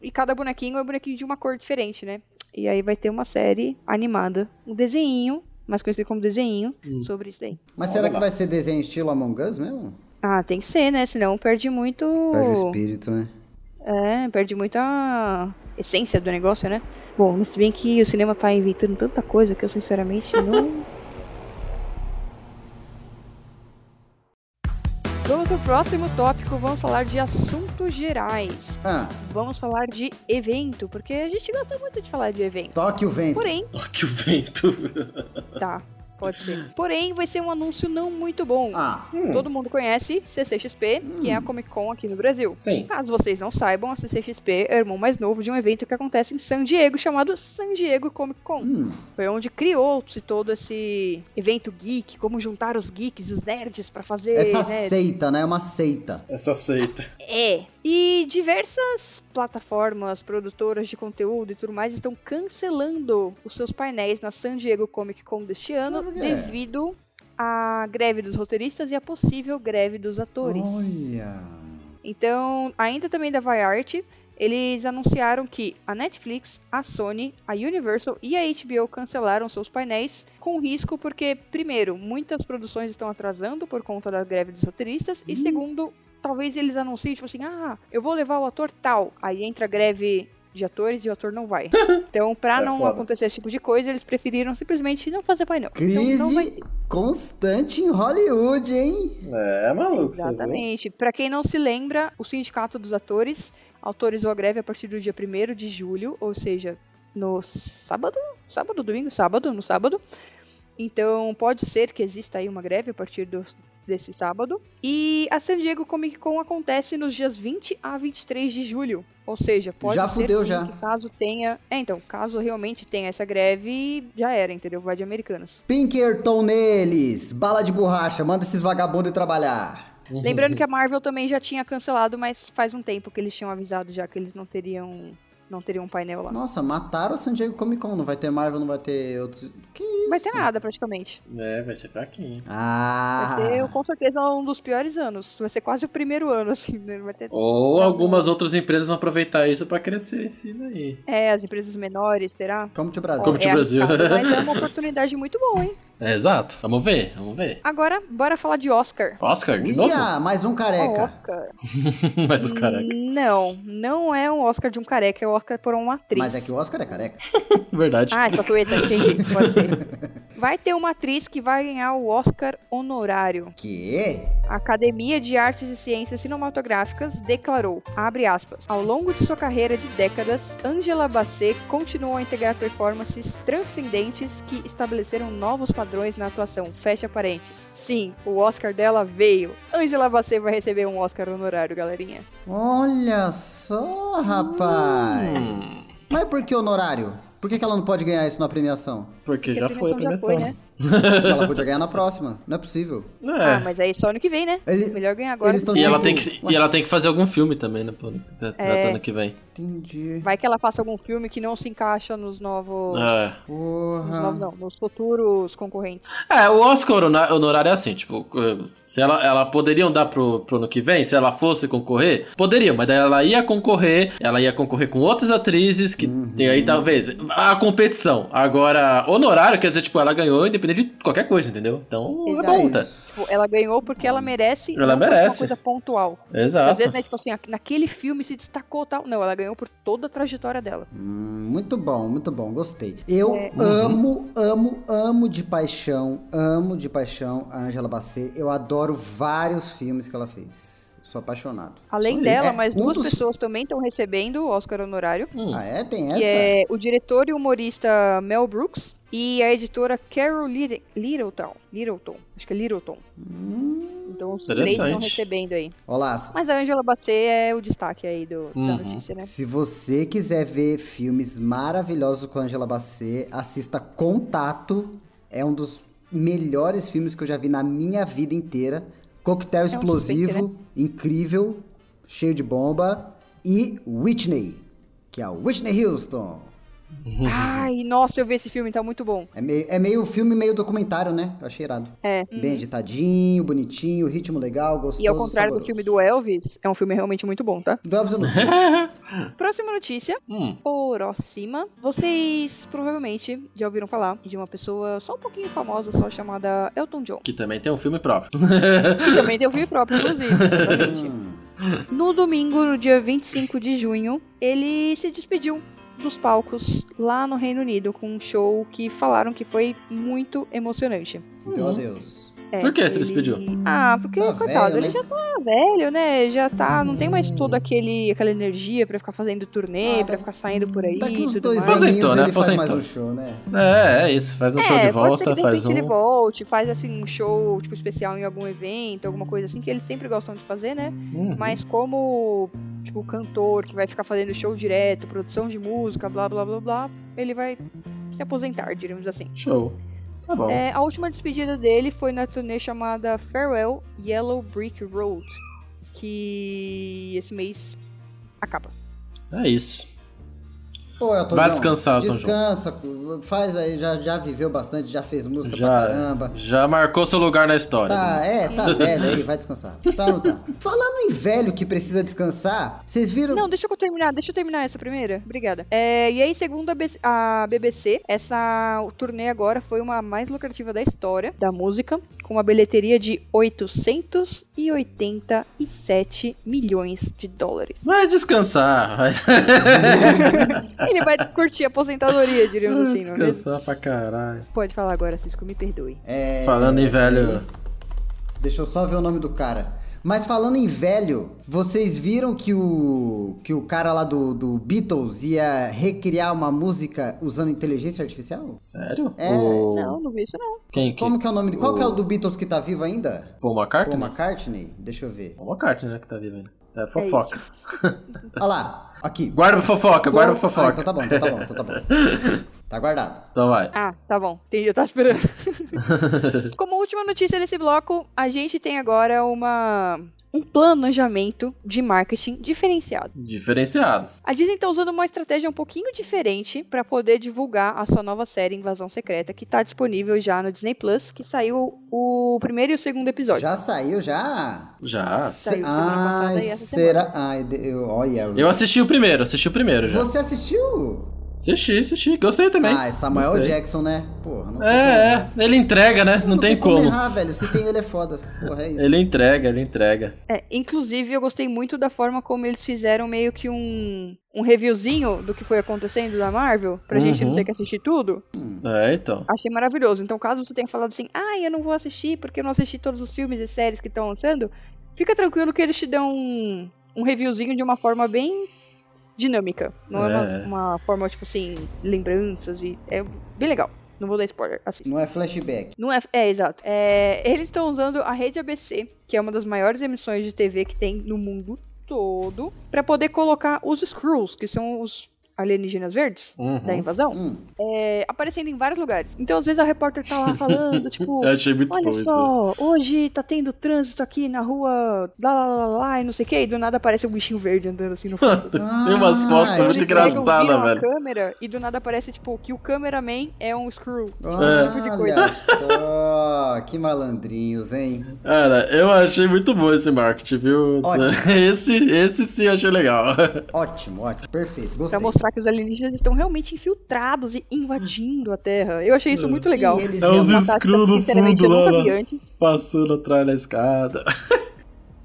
B: e cada bonequinho é um bonequinho de uma cor diferente, né? E aí vai ter uma série animada, um desenho, mais conhecido como desenho,
A: Hum.
B: sobre isso daí.
A: Mas
C: Olha
A: será que
C: lá.
A: vai ser desenho estilo Among Us mesmo?
B: Ah, tem que ser, né? Senão perde muito.
A: Perde o espírito, né?
B: É, perde muita essência do negócio, né? Bom, mas se bem que o cinema tá inventando tanta coisa que eu sinceramente não. Vamos pro próximo tópico, vamos falar de assuntos gerais.
A: Ah,
B: Vamos falar de evento, porque a gente gosta muito de falar de evento.
A: toque o vento.
B: Porém,
C: Toque o vento.
B: tá, pode ser. Porém, vai ser um anúncio não muito bom.
A: Ah,
C: hum.
B: Todo mundo conhece CCXP, que é a Comic Con aqui no Brasil.
C: Sim.
B: Caso vocês não saibam, a CCXP é o irmão mais novo de um evento que acontece em San Diego chamado San Diego Comic Con.
A: hum,
B: Foi onde criou-se todo esse evento geek, como juntar os geeks, os nerds pra fazer,
A: essa
B: né?
A: seita, né? É uma seita.
C: Essa seita.
B: É. E diversas plataformas, produtoras de conteúdo e tudo mais estão cancelando os seus painéis na San Diego Comic Con deste ano
A: Por quê?
B: devido à greve dos roteiristas e à possível greve dos atores.
A: Olha.
B: Então, ainda também da Variety, eles anunciaram que a Netflix, a Sony, a Universal e a HBO cancelaram seus painéis com risco porque, primeiro, muitas produções estão atrasando por conta da greve dos roteiristas
C: Hum.
B: e, segundo, talvez eles anunciem, tipo assim, ah, eu vou levar o ator tal, aí entra a greve de atores e o ator não vai. Então, pra
C: É
B: não
C: foda.
B: acontecer esse tipo de coisa, eles preferiram simplesmente não fazer painel.
A: Crise
B: Então, não vai
A: constante em Hollywood, hein?
C: É, maluco. você viu?
B: Exatamente. Pra quem não se lembra, o Sindicato dos Atores autorizou a greve a partir do dia 1 de julho, ou seja, no sábado? Sábado, domingo? Sábado, no sábado. Então, pode ser que exista aí uma greve a partir do- desse sábado. E a San Diego Comic Con acontece nos dias 20 a 23 de julho. Ou seja, pode
A: Já
B: ser
A: fudeu,
B: sim,
A: já.
B: que caso tenha... É, então, caso realmente tenha essa greve, já era, entendeu? Vai de americanas.
A: Pinkerton neles. Bala de borracha. Manda esses vagabundos ir trabalhar.
C: Uhum.
A: Uhum.
B: Lembrando que a Marvel também já tinha cancelado, mas faz um tempo que eles tinham avisado já que eles não teriam não teria um painel lá.
A: Nossa, mataram a San Diego Comic Con. Não vai ter Marvel, não vai ter outros. Que isso?
B: Vai ter nada, praticamente.
C: É, vai ser fraquinho.
A: Ah!
B: Vai ser, com certeza, um dos piores anos. Vai ser quase o primeiro ano, assim, né? Vai ter...
C: Ou algumas outras empresas vão aproveitar isso pra crescer esse daí.
B: É, as empresas menores, será?
A: Ah, Como de Brasil.
C: Como- Comitê
B: é
C: Brasil.
B: arriscado, Mas é uma oportunidade muito boa, hein?
C: É, exato. Vamos ver, vamos ver.
B: Agora, bora falar de Oscar.
C: Oscar, de novo?
A: Ia, mais um careca.
B: Oscar.
C: Mas o careca.
B: Não, não é um Oscar de um careca, é o Oscar por uma atriz.
A: Mas é que o Oscar é careca.
C: Verdade.
B: Ah, estatueta, entendi. Pode ser. Vai ter uma atriz que vai ganhar o Oscar honorário.
A: Que?
B: A Academia de Artes e Ciências Cinematográficas declarou, abre aspas, ao longo de sua carreira de décadas, Angela Bassett continuou a integrar performances transcendentes que estabeleceram novos padrões na atuação, fecha parênteses. Sim, o Oscar dela veio. Angela Bassett vai receber um Oscar honorário, galerinha.
A: Olha só, rapaz.
B: Hum.
A: Mas por que honorário? Por que, que ela não pode ganhar isso na premiação?
B: Porque
C: Porque já foi a
B: já
C: premiação.
B: foi, né?
A: Porque ela podia ganhar na próxima. Não é possível.
C: É.
B: Ah, mas aí só ano que vem, né?
A: Ele-
B: Melhor ganhar agora.
A: eles tão
C: E ela,
A: Tipo,
C: tem que,
A: ué.
C: e ela tem que fazer algum filme também, né? Pô, tá- tá
B: É.
C: ano que vem.
A: Entendi.
B: Vai que ela faça algum filme que não se encaixa nos novos.
C: É.
B: Nos novos,
A: Porra.
B: não, nos futuros concorrentes.
C: É, o Oscar honor- honorário é assim, tipo, se ela, ela poderiam dar pro, pro ano que vem, se ela fosse concorrer, poderia, mas daí ela ia concorrer, ela ia concorrer com outras atrizes que
A: Uhum.
C: tem aí talvez a competição. Agora, honorário quer dizer, tipo, ela ganhou independente de qualquer coisa, entendeu? Então, é
B: Exato.
C: bom, tá?
B: Tipo, ela ganhou porque ela merece. e
C: Ela
B: não por
C: merece. Tá.
B: Uma coisa pontual. Às
C: Exato.
B: vezes, né, tipo assim, naquele filme se destacou tal. Não, ela ganhou por toda a trajetória dela.
A: Hum, muito bom, muito bom, gostei. Eu
B: É.
A: amo, amo, amo de paixão, amo de paixão a Angela Bassett. Eu adoro vários filmes que ela fez. Sou apaixonado.
B: Além
A: Sou
B: dela,
A: eu. É,
B: mais
A: um
B: duas
A: dos-
B: pessoas também estão recebendo o Oscar honorário.
C: Hum.
A: Ah, é? Tem essa?
B: Que é o diretor e humorista Mel Brooks e a editora Carol Lit- Littleton. Littleton. Acho que é Littleton.
A: Hum.
B: Então os três estão
C: Interessante.
B: recebendo aí.
A: Olá,
B: Mas a Angela Bassett é o destaque aí do, da
C: Uhum.
B: notícia, né?
A: Se você quiser ver filmes maravilhosos com Angela Bassett, assista Contato. É um dos melhores filmes que eu já vi na minha vida inteira. Coquetel explosivo,
B: É um suspense, né?
A: incrível, cheio de bomba. E Whitney, que é a Whitney Houston.
B: Ai, nossa, eu vi esse filme, tá muito bom.
A: É meio, é meio filme, meio documentário, né? Eu achei irado.
B: É.
A: Bem editadinho, bonitinho, ritmo legal, gostoso.
B: E ao contrário do filme do Elvis, é um filme realmente muito bom, tá?
A: do Elvis. eu não vi.
B: Próxima notícia.
C: Hum.
B: Próxima. Vocês provavelmente já ouviram falar de uma pessoa só um pouquinho famosa, só chamada Elton John.
C: Que também tem um filme próprio.
B: Que também tem o filme próprio, inclusive. exatamente. No domingo, no dia 25 de junho, ele se despediu dos palcos lá no Reino Unido com um show que falaram que foi muito emocionante.
A: Meu Deus.
B: É,
C: Por que se despediu?
B: Ah, porque,
A: Tá
B: coitado,
A: velho,
B: ele
A: né?
B: já tá velho, né? Já tá. Não tem mais toda aquele, aquela energia pra ficar fazendo turnê,
A: Ah,
B: pra
A: da-
B: ficar saindo por aí.
A: Daqui uns
B: tudo
A: dois
B: mais.
A: anos
C: Aposentou,
A: ele
C: né?
A: faz mais
C: Aposentou.
A: um show, né?
C: É, é isso. Faz um
B: é,
C: show de
B: pode ser que
C: volta,
B: de
C: faz
B: repente
C: um.
B: ele volte, faz assim um show tipo especial em algum evento, alguma coisa assim que eles sempre gostam de fazer, né?
C: Uhum.
B: Mas como tipo cantor que vai ficar fazendo show direto, produção de música, blá blá blá blá, ele vai se aposentar, diríamos assim.
C: Show. Tá bom.
B: É, a última despedida dele foi na turnê chamada Farewell Yellow Brick Road, que esse mês acaba.
C: É isso.
A: Ô, Elton
C: Vai
A: John,
C: descansar, Elton John.
A: Tá Descansa, cu- faz aí, já, já viveu bastante, já fez música
C: Já- é.
A: pra caramba.
C: Já marcou seu lugar na história.
A: Tá, é, tá velho aí, vai descansar. Tá, não tá. Falando em velho que precisa descansar, vocês viram?
B: Não, deixa eu terminar, deixa eu terminar essa primeira. Obrigada. É, e aí, segundo a, B- a BBC, essa turnê agora foi uma mais lucrativa da história da música, com uma bilheteria de 887 milhões de dólares.
C: Vai descansar. Vai
B: É Ele vai curtir a aposentadoria, diríamos assim, não é mesmo?
C: descansar pra caralho.
B: Pode falar agora, Cisco, me perdoe.
A: É,
C: Falando em velho.
A: Deixa eu só ver o nome do cara. Mas falando em velho, vocês viram que o que o cara lá do, do Beatles ia recriar uma música usando inteligência artificial?
C: Sério?
A: É,
C: O-
B: Não, não vi isso não.
C: Quem que?
A: Como que é o nome? de- Qual que é o do Beatles que tá vivo ainda?
C: Paul
A: Paul
C: McCartney?
A: McCartney? Deixa eu ver.
C: Paul McCartney, né? Que tá vivo ainda. É fofoca.
A: Olha lá, aqui.
C: guarda pra fofoca, guarda pra
A: Paul- Ah,
C: fofoca.
A: então tá bom, então tá bom, então tá bom. Tá guardado.
C: Então vai.
B: Ah, tá bom. Entendi, eu tava esperando. Como última notícia desse bloco, a gente tem agora uma um planejamento de marketing diferenciado.
C: Diferenciado.
B: A Disney tá usando uma estratégia um pouquinho diferente para poder divulgar a sua nova série Invasão Secreta, que tá disponível já no Disney Plus, que saiu o primeiro e o segundo episódio.
A: Já saiu, já?
C: Já.
B: Saiu semana
A: Ah,
B: passada e essa
A: será? Ai, de- eu, olha.
C: Eu assisti o primeiro, assisti o primeiro já.
A: Você assistiu?
C: Assisti, assisti. Gostei também.
A: Ah, tá é Samuel
C: Gostei.
A: Jackson, né? Porra, não
C: É, é. Ele entrega, né? Não, tem, como.
A: errar, velho. Se tem ele é foda. Porra, é isso.
C: Ele entrega, ele entrega.
B: É, inclusive, eu gostei muito da forma como eles fizeram meio que um, um reviewzinho do que foi acontecendo da Marvel, pra gente não
C: Uhum.
B: ter que assistir tudo.
C: É, então.
B: Achei maravilhoso. Então, caso você tenha falado assim, ah, eu não vou assistir porque eu não assisti todos os filmes e séries que estão lançando, fica tranquilo que eles te dão um, um reviewzinho de uma forma bem dinâmica. Não é,
C: É.
B: uma, uma forma, tipo assim, lembranças e. É bem legal. Não vou dar spoiler, assista.
A: Não é flashback.
B: Não é, é exato. É, eles estão usando a rede ABC, que é uma das maiores emissões de TV que tem no mundo todo, pra poder colocar os Skrulls, que são os alienígenas verdes
C: Uhum.
B: da invasão,
A: Hum.
B: é, aparecendo em vários lugares. Então, às vezes, a repórter tá lá falando, tipo.
C: Eu achei muito bom
B: Olha
C: É isso.
B: só, hoje tá tendo trânsito aqui na rua lá, lá, lá, lá, lá, e não sei o que, e do nada aparece um bichinho verde andando assim no fundo. Tipo,
C: Tem umas fotos
A: Ah,
C: É muito
A: eles
C: engraçadas,
A: pegam-
B: viram a
C: velho.
B: câmera e do nada aparece, tipo, que o cameraman é um Skrull.
C: É.
A: Olha
B: tipo de coisa.
A: só, que malandrinhos, hein?
C: Cara, eu achei muito bom esse marketing, viu?
A: Ótimo.
C: Esse, esse sim eu achei legal.
A: Ótimo, ótimo, perfeito,
B: Pra
A: gostei.
B: mostrar que os alienígenas estão realmente infiltrados e invadindo a Terra. Eu achei isso muito legal.
A: E eles
C: É os
A: iam-
B: Uma tática que,
C: Skrull no
B: tipo, sinceramente,
C: fundo
B: eu
C: lá, né?
B: nunca vi
C: lá.
B: antes.
C: Passando atrás da escada.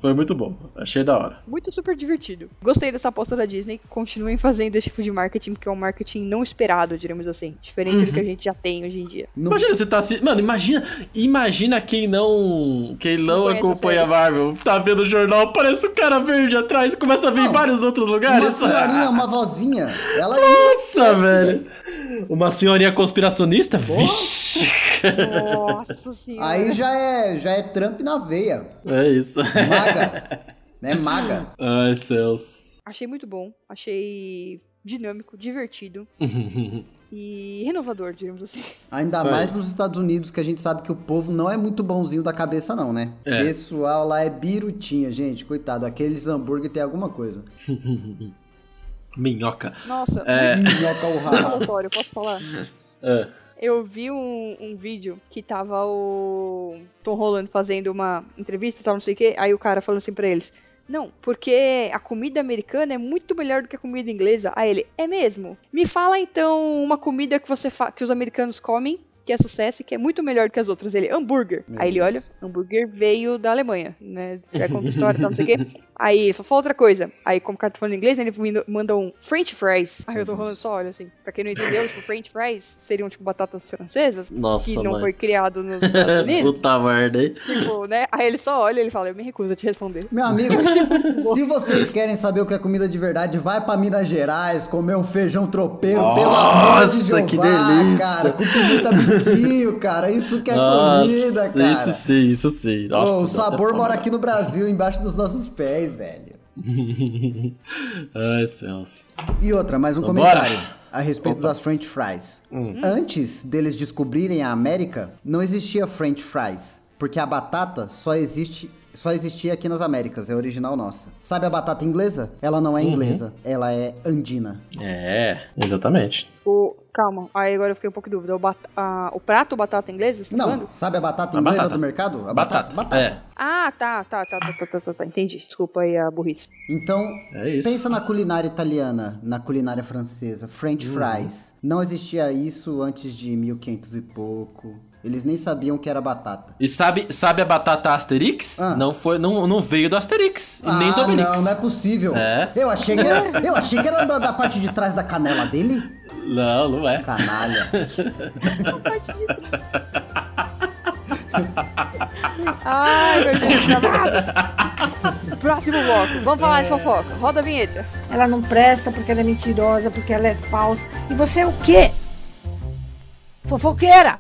C: Foi muito bom. Achei da hora.
B: Muito super divertido. Gostei dessa aposta da Disney. Continuem fazendo esse tipo de marketing, porque é um marketing não esperado, diremos assim. Diferente do que a gente já tem hoje em dia.
A: Não-
C: Imagina você tá assistindo. Mano, imagina. Imagina quem não. Quem não
B: conhece a
C: acompanha a
B: série.
C: Marvel. Tá vendo o jornal, aparece um cara verde atrás e começa a vir em vários outros lugares.
A: Uma senhorinha, uma vozinha. Ela ia ser
C: Nossa,
A: assim,
C: velho. Uma senhorinha conspiracionista? Vixe!
B: Nossa senhora.
C: né?
A: Aí já é, já é Trump na veia.
C: É isso.
A: Maga. né, maga.
C: Ai, céus.
B: Achei muito bom. Achei dinâmico, divertido e renovador, diremos assim.
A: Ainda
C: Isso aí.
A: mais nos Estados Unidos, que a gente sabe que o povo não é muito bonzinho da cabeça, não, né?
C: É.
A: Pessoal lá é birutinha, gente. Coitado, aqueles hambúrguer tem alguma coisa.
C: Minhoca.
B: Nossa,
C: É.
A: Minhoca o
B: muito
A: rabo.
B: aleatório, posso falar?
C: É.
B: Eu vi um, um vídeo que tava o Tom Holland fazendo uma entrevista e tal, não sei o quê. Aí o cara falando assim pra eles: Não, porque a comida americana é muito melhor do que a comida inglesa. Aí ele: É mesmo? Me fala então uma comida que, você fa- que os americanos comem. Que é sucesso e que é muito melhor que as outras. Ele, hambúrguer.
A: Meu
B: Aí ele olha,
A: Deus.
B: hambúrguer veio da Alemanha, né? Já conta história e tal, não sei o quê. Aí ele fala, fala outra coisa. Aí, como o cara tá falando inglês, ele me manda um French fries. Aí eu tô rolando só, olha assim. Pra quem não entendeu, tipo, French fries seriam, tipo, batatas francesas.
C: Nossa,
B: que não
C: mãe.
B: foi criado nos Estados Unidos.
C: Puta merda, hein?
B: tipo, né? Aí ele só olha e ele fala, eu me recuso a te responder.
A: Meu amigo, se vocês querem saber o que é comida de verdade, vai pra Minas Gerais comer um feijão tropeiro, pelo amor de
C: Nossa,
A: Jeová,
C: que delícia.
A: cara. Com pimenta biquinho, cara. Isso que é comida, cara.
C: Isso sim, isso sim.
A: Ô,
C: Nossa,
A: o
C: dá até
A: sabor
C: fome. né?
A: mora aqui no Brasil, embaixo dos nossos pés, velho.
C: Ai, céus.
A: E outra, mais um
C: Vambora. Hum.
A: comentário a respeito das French fries. Antes deles descobrirem a América, não existia French fries, porque a batata só existe só existia aqui nas Américas, é original nossa. Sabe a batata inglesa? Ela
C: Uhum.
A: não é inglesa, ela é andina.
C: É, exatamente.
B: O, calma, aí agora eu fiquei um pouco em dúvida. O, bat- a- o prato batata inglesa, você tá
A: Não,
B: falando?
A: sabe a batata
C: A
A: inglesa
C: batata.
A: do mercado? A
C: batata. É.
B: Ah, tá, tá, tá, tá, tá, tá, tá, tá. Entendi. Desculpa aí a burrice.
A: Então,
C: É isso.
A: pensa na culinária italiana, na culinária francesa, French
C: Uhum.
A: fries. Não existia isso antes de 1500 e pouco. Eles nem sabiam que era batata.
C: E sabe, sabe a batata Asterix?
A: Ah.
C: Não, foi, não, não veio do Asterix. E nem do Obelix.
A: não, não é possível.
C: É.
A: Eu achei que era, eu achei que era da, da parte de trás da canela dele.
C: Não, não é.
A: Canalha.
B: Ai, meu Deus, travado. Próximo bloco. Vamos falar de fofoca. Roda a vinheta.
D: Ela não presta porque ela é mentirosa, porque ela é falsa. E você é o quê? Fofoqueira!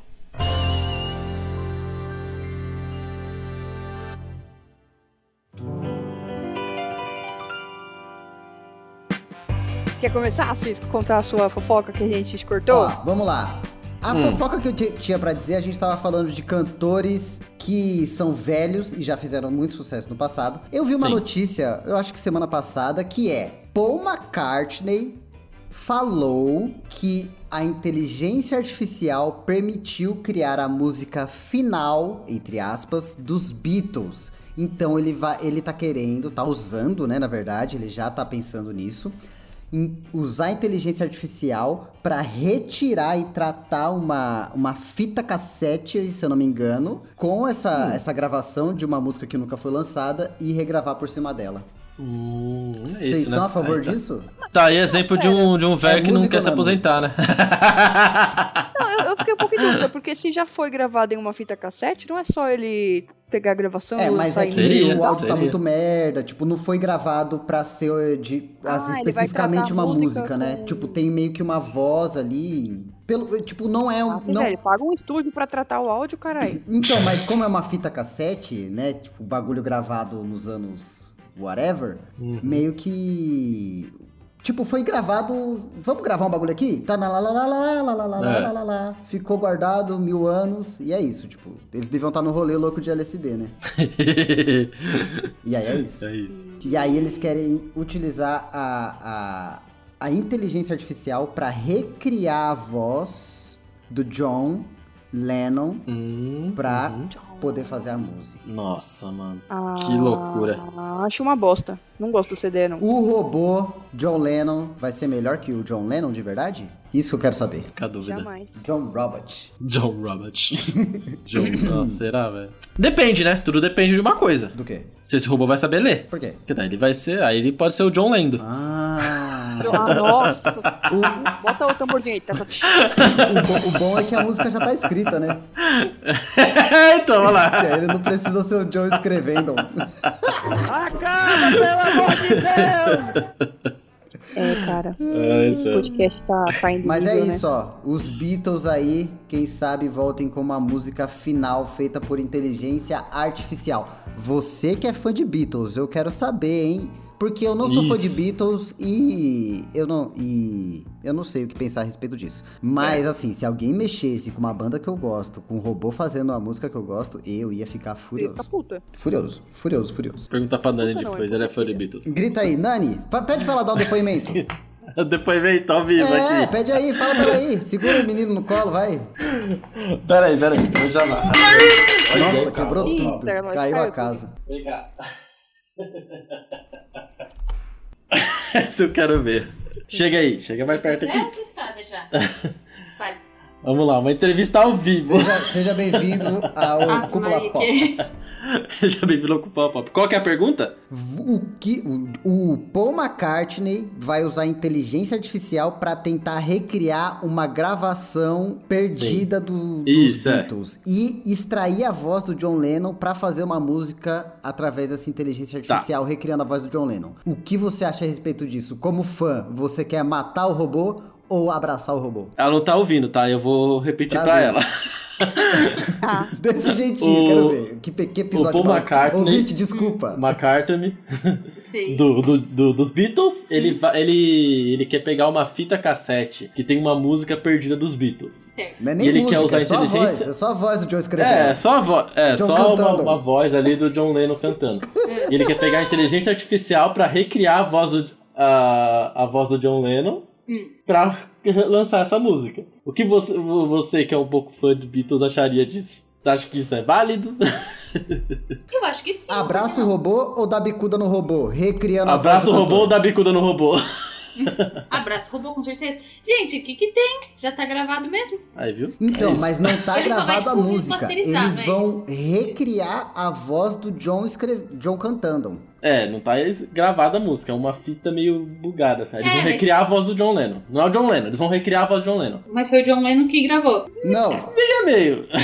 B: Quer começar, Cisco, contar a sua fofoca que a gente te cortou?
A: Ó, vamos lá. A fofoca que eu ti- tinha pra dizer, a gente tava falando de cantores que são velhos e já fizeram muito sucesso no passado. Eu vi uma
C: Sim.
A: notícia, eu acho que semana passada, que é Paul McCartney falou que a inteligência artificial permitiu criar a música final, entre aspas, dos Beatles. Então ele vai, ele tá querendo, tá usando, né, na verdade, ele já tá pensando nisso, em usar a inteligência artificial para retirar e tratar uma, uma fita cassete, se eu não me engano, com
C: Hum.
A: essa, essa gravação de uma música que nunca foi lançada e regravar por cima dela.
C: Hum, é
A: Vocês
C: isso, né?
A: são a favor
C: Aí tá.
A: disso?
C: Tá aí exemplo de um, de um velho que não
A: música
C: quer se
A: ou não é música?
C: aposentar, né?
B: Não, eu, eu fiquei um pouco em dúvida, porque se já foi gravado em uma fita cassete, não é só ele pegar a gravação
A: É,
B: e
A: mas
B: sair
A: aí
B: em
C: Seria,
A: o
B: digital.
A: áudio
C: seria.
A: tá muito merda. Tipo, não foi gravado pra ser de,
B: Ah,
A: assim,
B: ele vai
A: especificamente
B: tratar a
A: uma
B: música
A: música, né?
B: com-
A: Tipo, tem meio que uma voz ali. Pelo, tipo, não é um.
B: Ah,
A: não...
B: Ele paga um estúdio pra tratar o áudio, caralho.
A: Então, mas como é uma fita cassete, né? Tipo, bagulho gravado nos anos whatever,
C: Uhum.
A: meio que. Tipo, foi gravado. Vamos gravar um bagulho aqui? Tá na lá lá lá lá lá lá lá lá
C: É.
A: lá lá lá. Ficou guardado mil anos e é isso. Tipo, eles deviam estar no rolê louco de LSD, né? E aí é isso.
C: né? é isso.
A: E aí eles querem utilizar a, a, a inteligência artificial para recriar a voz do John Lennon
C: Hum,
A: pra
C: uhum.
A: poder fazer a música.
C: Nossa, mano.
B: Ah,
C: Que loucura.
B: Acho uma bosta. Não gosto do CD, não.
A: O robô John Lennon vai ser melhor que o John Lennon de verdade? Isso que eu quero saber.
C: Fica a dúvida.
B: Jamais.
A: John Robert.
C: John Robert. John, nossa, será, velho? Depende, né? Tudo depende de uma coisa.
A: Do quê?
C: Se esse robô vai saber ler.
A: Por quê?
C: Porque daí ele vai ser. Aí ele pode ser o John lendo.
A: Ah.
B: Ah, nossa.
A: o,
B: Bota o tamborzinho aí. Tá, tá.
A: o bo- o bom é que a música já tá escrita, né?
C: então, olha lá.
A: Que aí ele não precisa ser o John escrevendo.
D: Acaba, pelo amor de Deus!
B: É, cara.
C: É isso
B: O podcast tá, tá indo
A: Mas é
B: nível, né?
A: isso, ó. Os Beatles aí, quem sabe, voltem com uma música final feita por inteligência artificial. Você que é fã de Beatles, eu quero saber, hein? Porque eu não sou fã de
C: Isso.
A: Beatles e eu não e eu não sei o que pensar a respeito disso. Mas assim, se alguém mexesse com uma banda que eu gosto, com um robô fazendo uma música que eu gosto, eu ia ficar
B: Tá
A: furioso.
B: puta.
A: Furioso, furioso, furioso.
C: Perguntar pra Nani
B: Puta, não,
C: depois.
B: é
C: Ela é fã de
B: possível.
C: Beatles.
A: Grita aí, Nani, fa- pede pra ela dar o depoimento.
C: depois vem, então avisa
A: é,
C: aqui.
A: pede aí, fala pra ela aí. Segura o menino no colo, vai.
C: Pera aí, pera aí. Eu já lá.
A: Nossa, quebrou
B: Ih,
A: tudo.
B: Zé,
A: Caiu,
B: nós
A: a
B: caiu
A: casa.
C: Obrigado. Essa eu quero ver. Chega aí, chega mais perto aqui.
E: É assustada já. Vale.
C: Vamos lá, uma entrevista ao vivo.
A: Seja, seja bem-vindo ao
E: Ave
A: Cúpula
E: Maria,
A: Pop.
E: que-
C: já bem virou com o pau, pau. Qual que é a pergunta?
A: O que o, o Paul McCartney vai usar inteligência artificial para tentar recriar uma gravação perdida do, dos
C: Isso, é.
A: Beatles e extrair a voz do John Lennon para fazer uma música através dessa inteligência
C: Tá.
A: artificial recriando a voz do John Lennon. O que você acha a respeito disso? Como fã, você quer matar o robô ou abraçar o robô?
C: Ela não tá ouvindo, tá? Eu vou repetir pra,
A: Traduz.
C: ela.
A: Desse jeitinho, quero
C: O-
A: ver. Que, pe- que episódio.
C: Paul
A: maluco.
C: McCartney-
A: Ouvinte, desculpa.
C: McCartney,
E: Sim.
C: do, do- do- dos Beatles, ele, vai- ele, ele quer pegar uma fita cassete que tem uma música perdida dos Beatles.
E: Certo.
A: Não é nem
C: E ele
A: música,
C: quer usar
A: é só a
C: inteligência?
A: voz. É só a voz do John escrevendo.
C: É, só, a vo- é,
A: John
C: só uma,
A: cantando.
C: uma voz ali do John Lennon cantando. E ele quer pegar a inteligência artificial pra recriar a voz do, a, a voz do John Lennon
E: Hum.
C: pra lançar essa música. O que você, vo- você que é um pouco fã de Beatles, acharia disso? Acha que isso é válido?
E: Eu acho que sim.
A: Abraça o
E: por
A: robô ou dá bicuda no robô? Recriando a
C: Abraça
A: voz Tá
C: o
A: do
C: robô ou dá bicuda no robô?
E: que não? Abraça o robô, com certeza. Gente, o que que tem? Já tá gravado mesmo?
C: Aí, viu?
A: Então,
C: É isso.
A: mas não tá
E: Ele só vai,
A: gravado a
E: tipo,
A: música.
E: remasterizar,
A: Eles
E: né?
A: vão
E: Isso.
A: recriar a voz do John, escre... John cantando.
C: É, não tá gravada a música, é uma fita meio bugada. sabe? Eles
E: É,
C: vão
E: mas-
C: recriar a voz do John Lennon. Não é o John Lennon, eles vão recriar a voz do John Lennon.
E: Mas foi o John Lennon que gravou.
A: Não,
C: E é meio.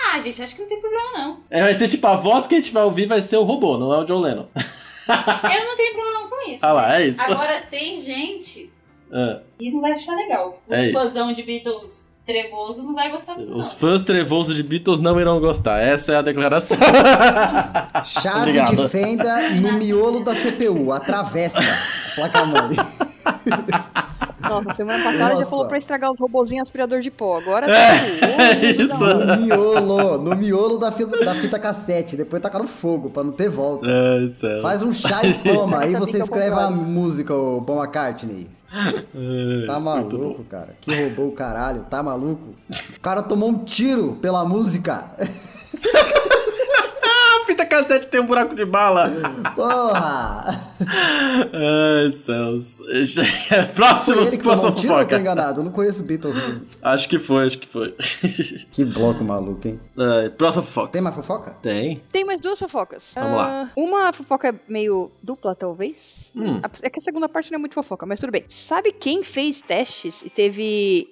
E: Ah, gente, acho que não tem problema, não.
C: É, vai ser tipo, a voz que a gente vai ouvir vai ser o robô, não é o John Lennon.
E: Eu não tenho problema com isso.
C: Ah lá, é isso.
E: Agora tem gente
C: Ah,
E: que não vai achar legal. Os
C: É isso.
E: fãzão de Beatles trevoso não vai gostar muito, não.
C: os fãs trevosos de Beatles não irão gostar. Essa é a declaração.
A: chave de
C: Obrigado.
A: fenda no miolo da CPU. Atravessa. Placa mãe.
B: Nossa, semana passada já
A: Nossa.
B: falou pra estragar os robozinhos aspirador de pó. Agora tá
C: É, isso.
A: No miolo, no miolo da fita, da fita cassete. Depois tacar no fogo, pra não ter volta.
C: Ai, céu.
A: Faz um chá e toma. Aí
B: Essa
A: você
B: fica ao
A: escreve a
B: contrário.
A: música, o Paul McCartney. Tá maluco, cara. Que roubou o caralho. Tá maluco? O cara tomou um tiro pela música.
C: A fita cassete tem um buraco de bala.
A: Porra!
C: Ai, É, céus. É,
A: Foi ele
C: Próximo,
A: que tomou um
C: próxima
A: tiro ou eu tô
C: fofoca.
A: enganado? Eu não conheço Beatles mesmo.
C: Acho que foi, acho que foi.
A: Que bloco maluco, hein?
C: Ai, próxima fofoca.
A: Tem mais fofoca?
C: Tem?
B: Tem mais duas fofocas.
C: Vamos lá.
B: Ah, Uma fofoca meio dupla, talvez.
C: Hum.
B: A- É que a segunda parte não é muito fofoca, mas tudo bem. Sabe quem fez testes e teve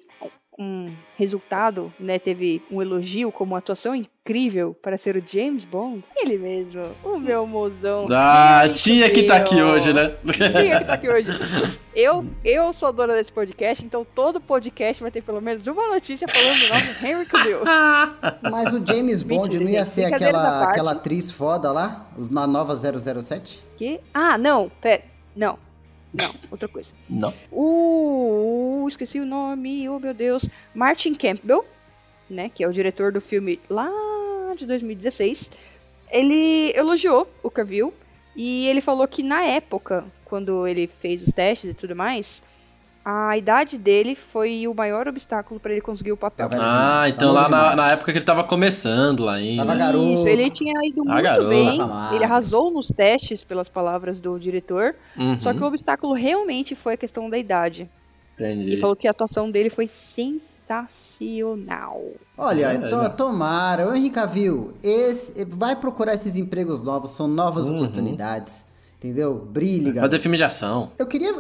B: um resultado, né? Teve um elogio como uma atuação incrível para ser o James Bond? Ele mesmo, o meu mozão.
C: Ah,
B: Henry
C: tinha que tá aqui
B: Cavill.
C: hoje, né?
B: Tinha que tá aqui hoje. Eu, eu sou a dona desse podcast, então todo podcast vai ter pelo menos uma notícia falando do nome do Henry Cavill.
A: Mas o James Bond
B: Mentira,
A: não ia
B: gente.
A: ser
B: Brincadeira da
A: aquela,
B: parte.
A: aquela atriz foda lá? Na nova 007?
B: Que? Ah, não, pera. Não. Não, outra coisa.
C: Não.
B: O. Esqueci o nome, oh meu Deus. Martin Campbell, né? Que é o diretor do filme lá de 2016. Ele elogiou o Cavill e ele falou que na época, quando ele fez os testes e tudo mais, a idade dele foi o maior obstáculo para ele conseguir o papel.
A: Tá vendo?
C: Ah, então lá na,
A: demais.
C: na época que ele tava começando lá ainda.
A: Tava garoto.
B: Isso, ele tinha ido
C: Ah,
B: muito
C: garoto.
B: bem.
A: Ah.
B: Ele arrasou nos testes, pelas palavras do diretor.
C: Uhum,
B: Só que o obstáculo realmente foi a questão da idade.
C: Entendi.
B: E falou que a atuação dele foi sensacional.
A: Olha,
C: Sim,
A: to-
C: é.
A: tomara. Ô, Henrique Cavill, esse, vai procurar esses empregos novos, são novas
C: Uhum.
A: oportunidades. Entendeu? Brilhe,
C: Fazer
A: galera.
C: filme de ação.
A: Eu queria,
B: É,
A: eu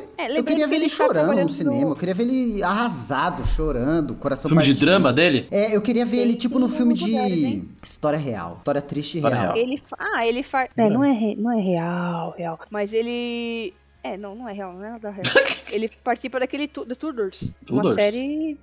A: queria
B: lembrando que
A: ver ele,
B: ele tá
A: chorando no
B: trabalhando
A: cinema, eu queria ver ele arrasado, chorando, coração
C: filme de
A: partido.
C: drama dele?
A: É, eu queria ver ele
B: Tem
A: tipo no
B: todos
A: filme
B: os
A: de
B: lugares, hein?
A: história real, história triste e
C: História
A: real.
C: real.
B: né? Ele fa... Ah, ele faz. É, não é, re- não é real, real. Mas ele. É, não, não é real, não é nada real. ele participa daquele tu... The Tudors. Uma
C: Tudors.
B: série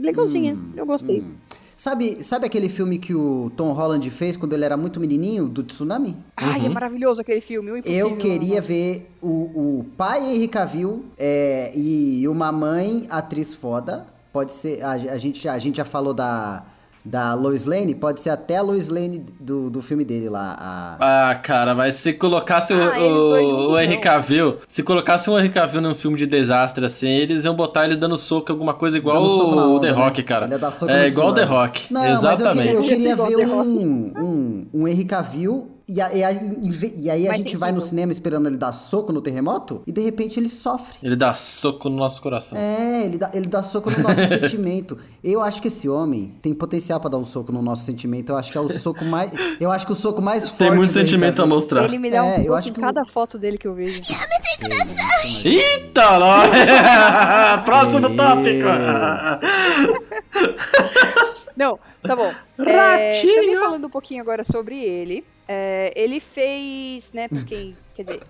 B: legalzinha.
A: Hum,
B: é Eu gostei.
A: hum. Sabe, sabe aquele filme que o Tom Holland fez quando ele era muito menininho, do tsunami?
B: Ai, é
C: Uhum.
B: maravilhoso aquele filme. o Impossível,
A: Eu queria
B: né?
A: ver o, o pai Henrique Cavill é, e uma mãe atriz foda. Pode ser, a, a gente, a gente já falou da, da Lois Lane, pode ser até a Lois Lane do, do filme dele lá. a-
C: Ah, cara, mas se colocasse o,
B: Ah, eles dois
C: o,
B: juntos,
C: o
B: não.
C: Henry Cavill, se colocasse o Henry Cavill num filme de desastre assim, eles iam botar ele dando soco em alguma coisa igual
A: Dando soco na
C: o
A: onda,
C: The
A: né?
C: Rock, cara.
A: Ele ia dar soco no
C: é igual o The
A: tsunami.
C: Rock.
A: Não,
C: Exatamente.
A: mas eu queria, eu
B: Igual
A: queria
B: The
A: ver um, um, um Henrique Cavill e, a- e aí- em ve- e aí a
B: Mais
A: gente vai no
B: sensível.
A: cinema esperando ele dar soco no terremoto e de repente ele sofre.
C: Ele dá soco no nosso coração.
A: É, ele dá, ele dá soco no nosso sentimento. Eu acho que esse homem tem potencial pra dar um soco no nosso sentimento. Eu acho que é o soco mais. Eu acho que o soco mais forte.
C: Tem muito
A: do Henrique
C: sentimento a
A: Cavill.
C: mostrar.
B: Ele me dá
A: É, eu
B: um soco
A: acho
B: em
A: que o-
B: cada foto dele que eu vejo.
C: Eita, nó! Tá Próximo
A: Meu
C: tópico!
B: Não, tá bom. É,
C: Ratinho!
B: também falando um pouquinho agora sobre ele. é, ele fez, né, pra quem. Quer dizer,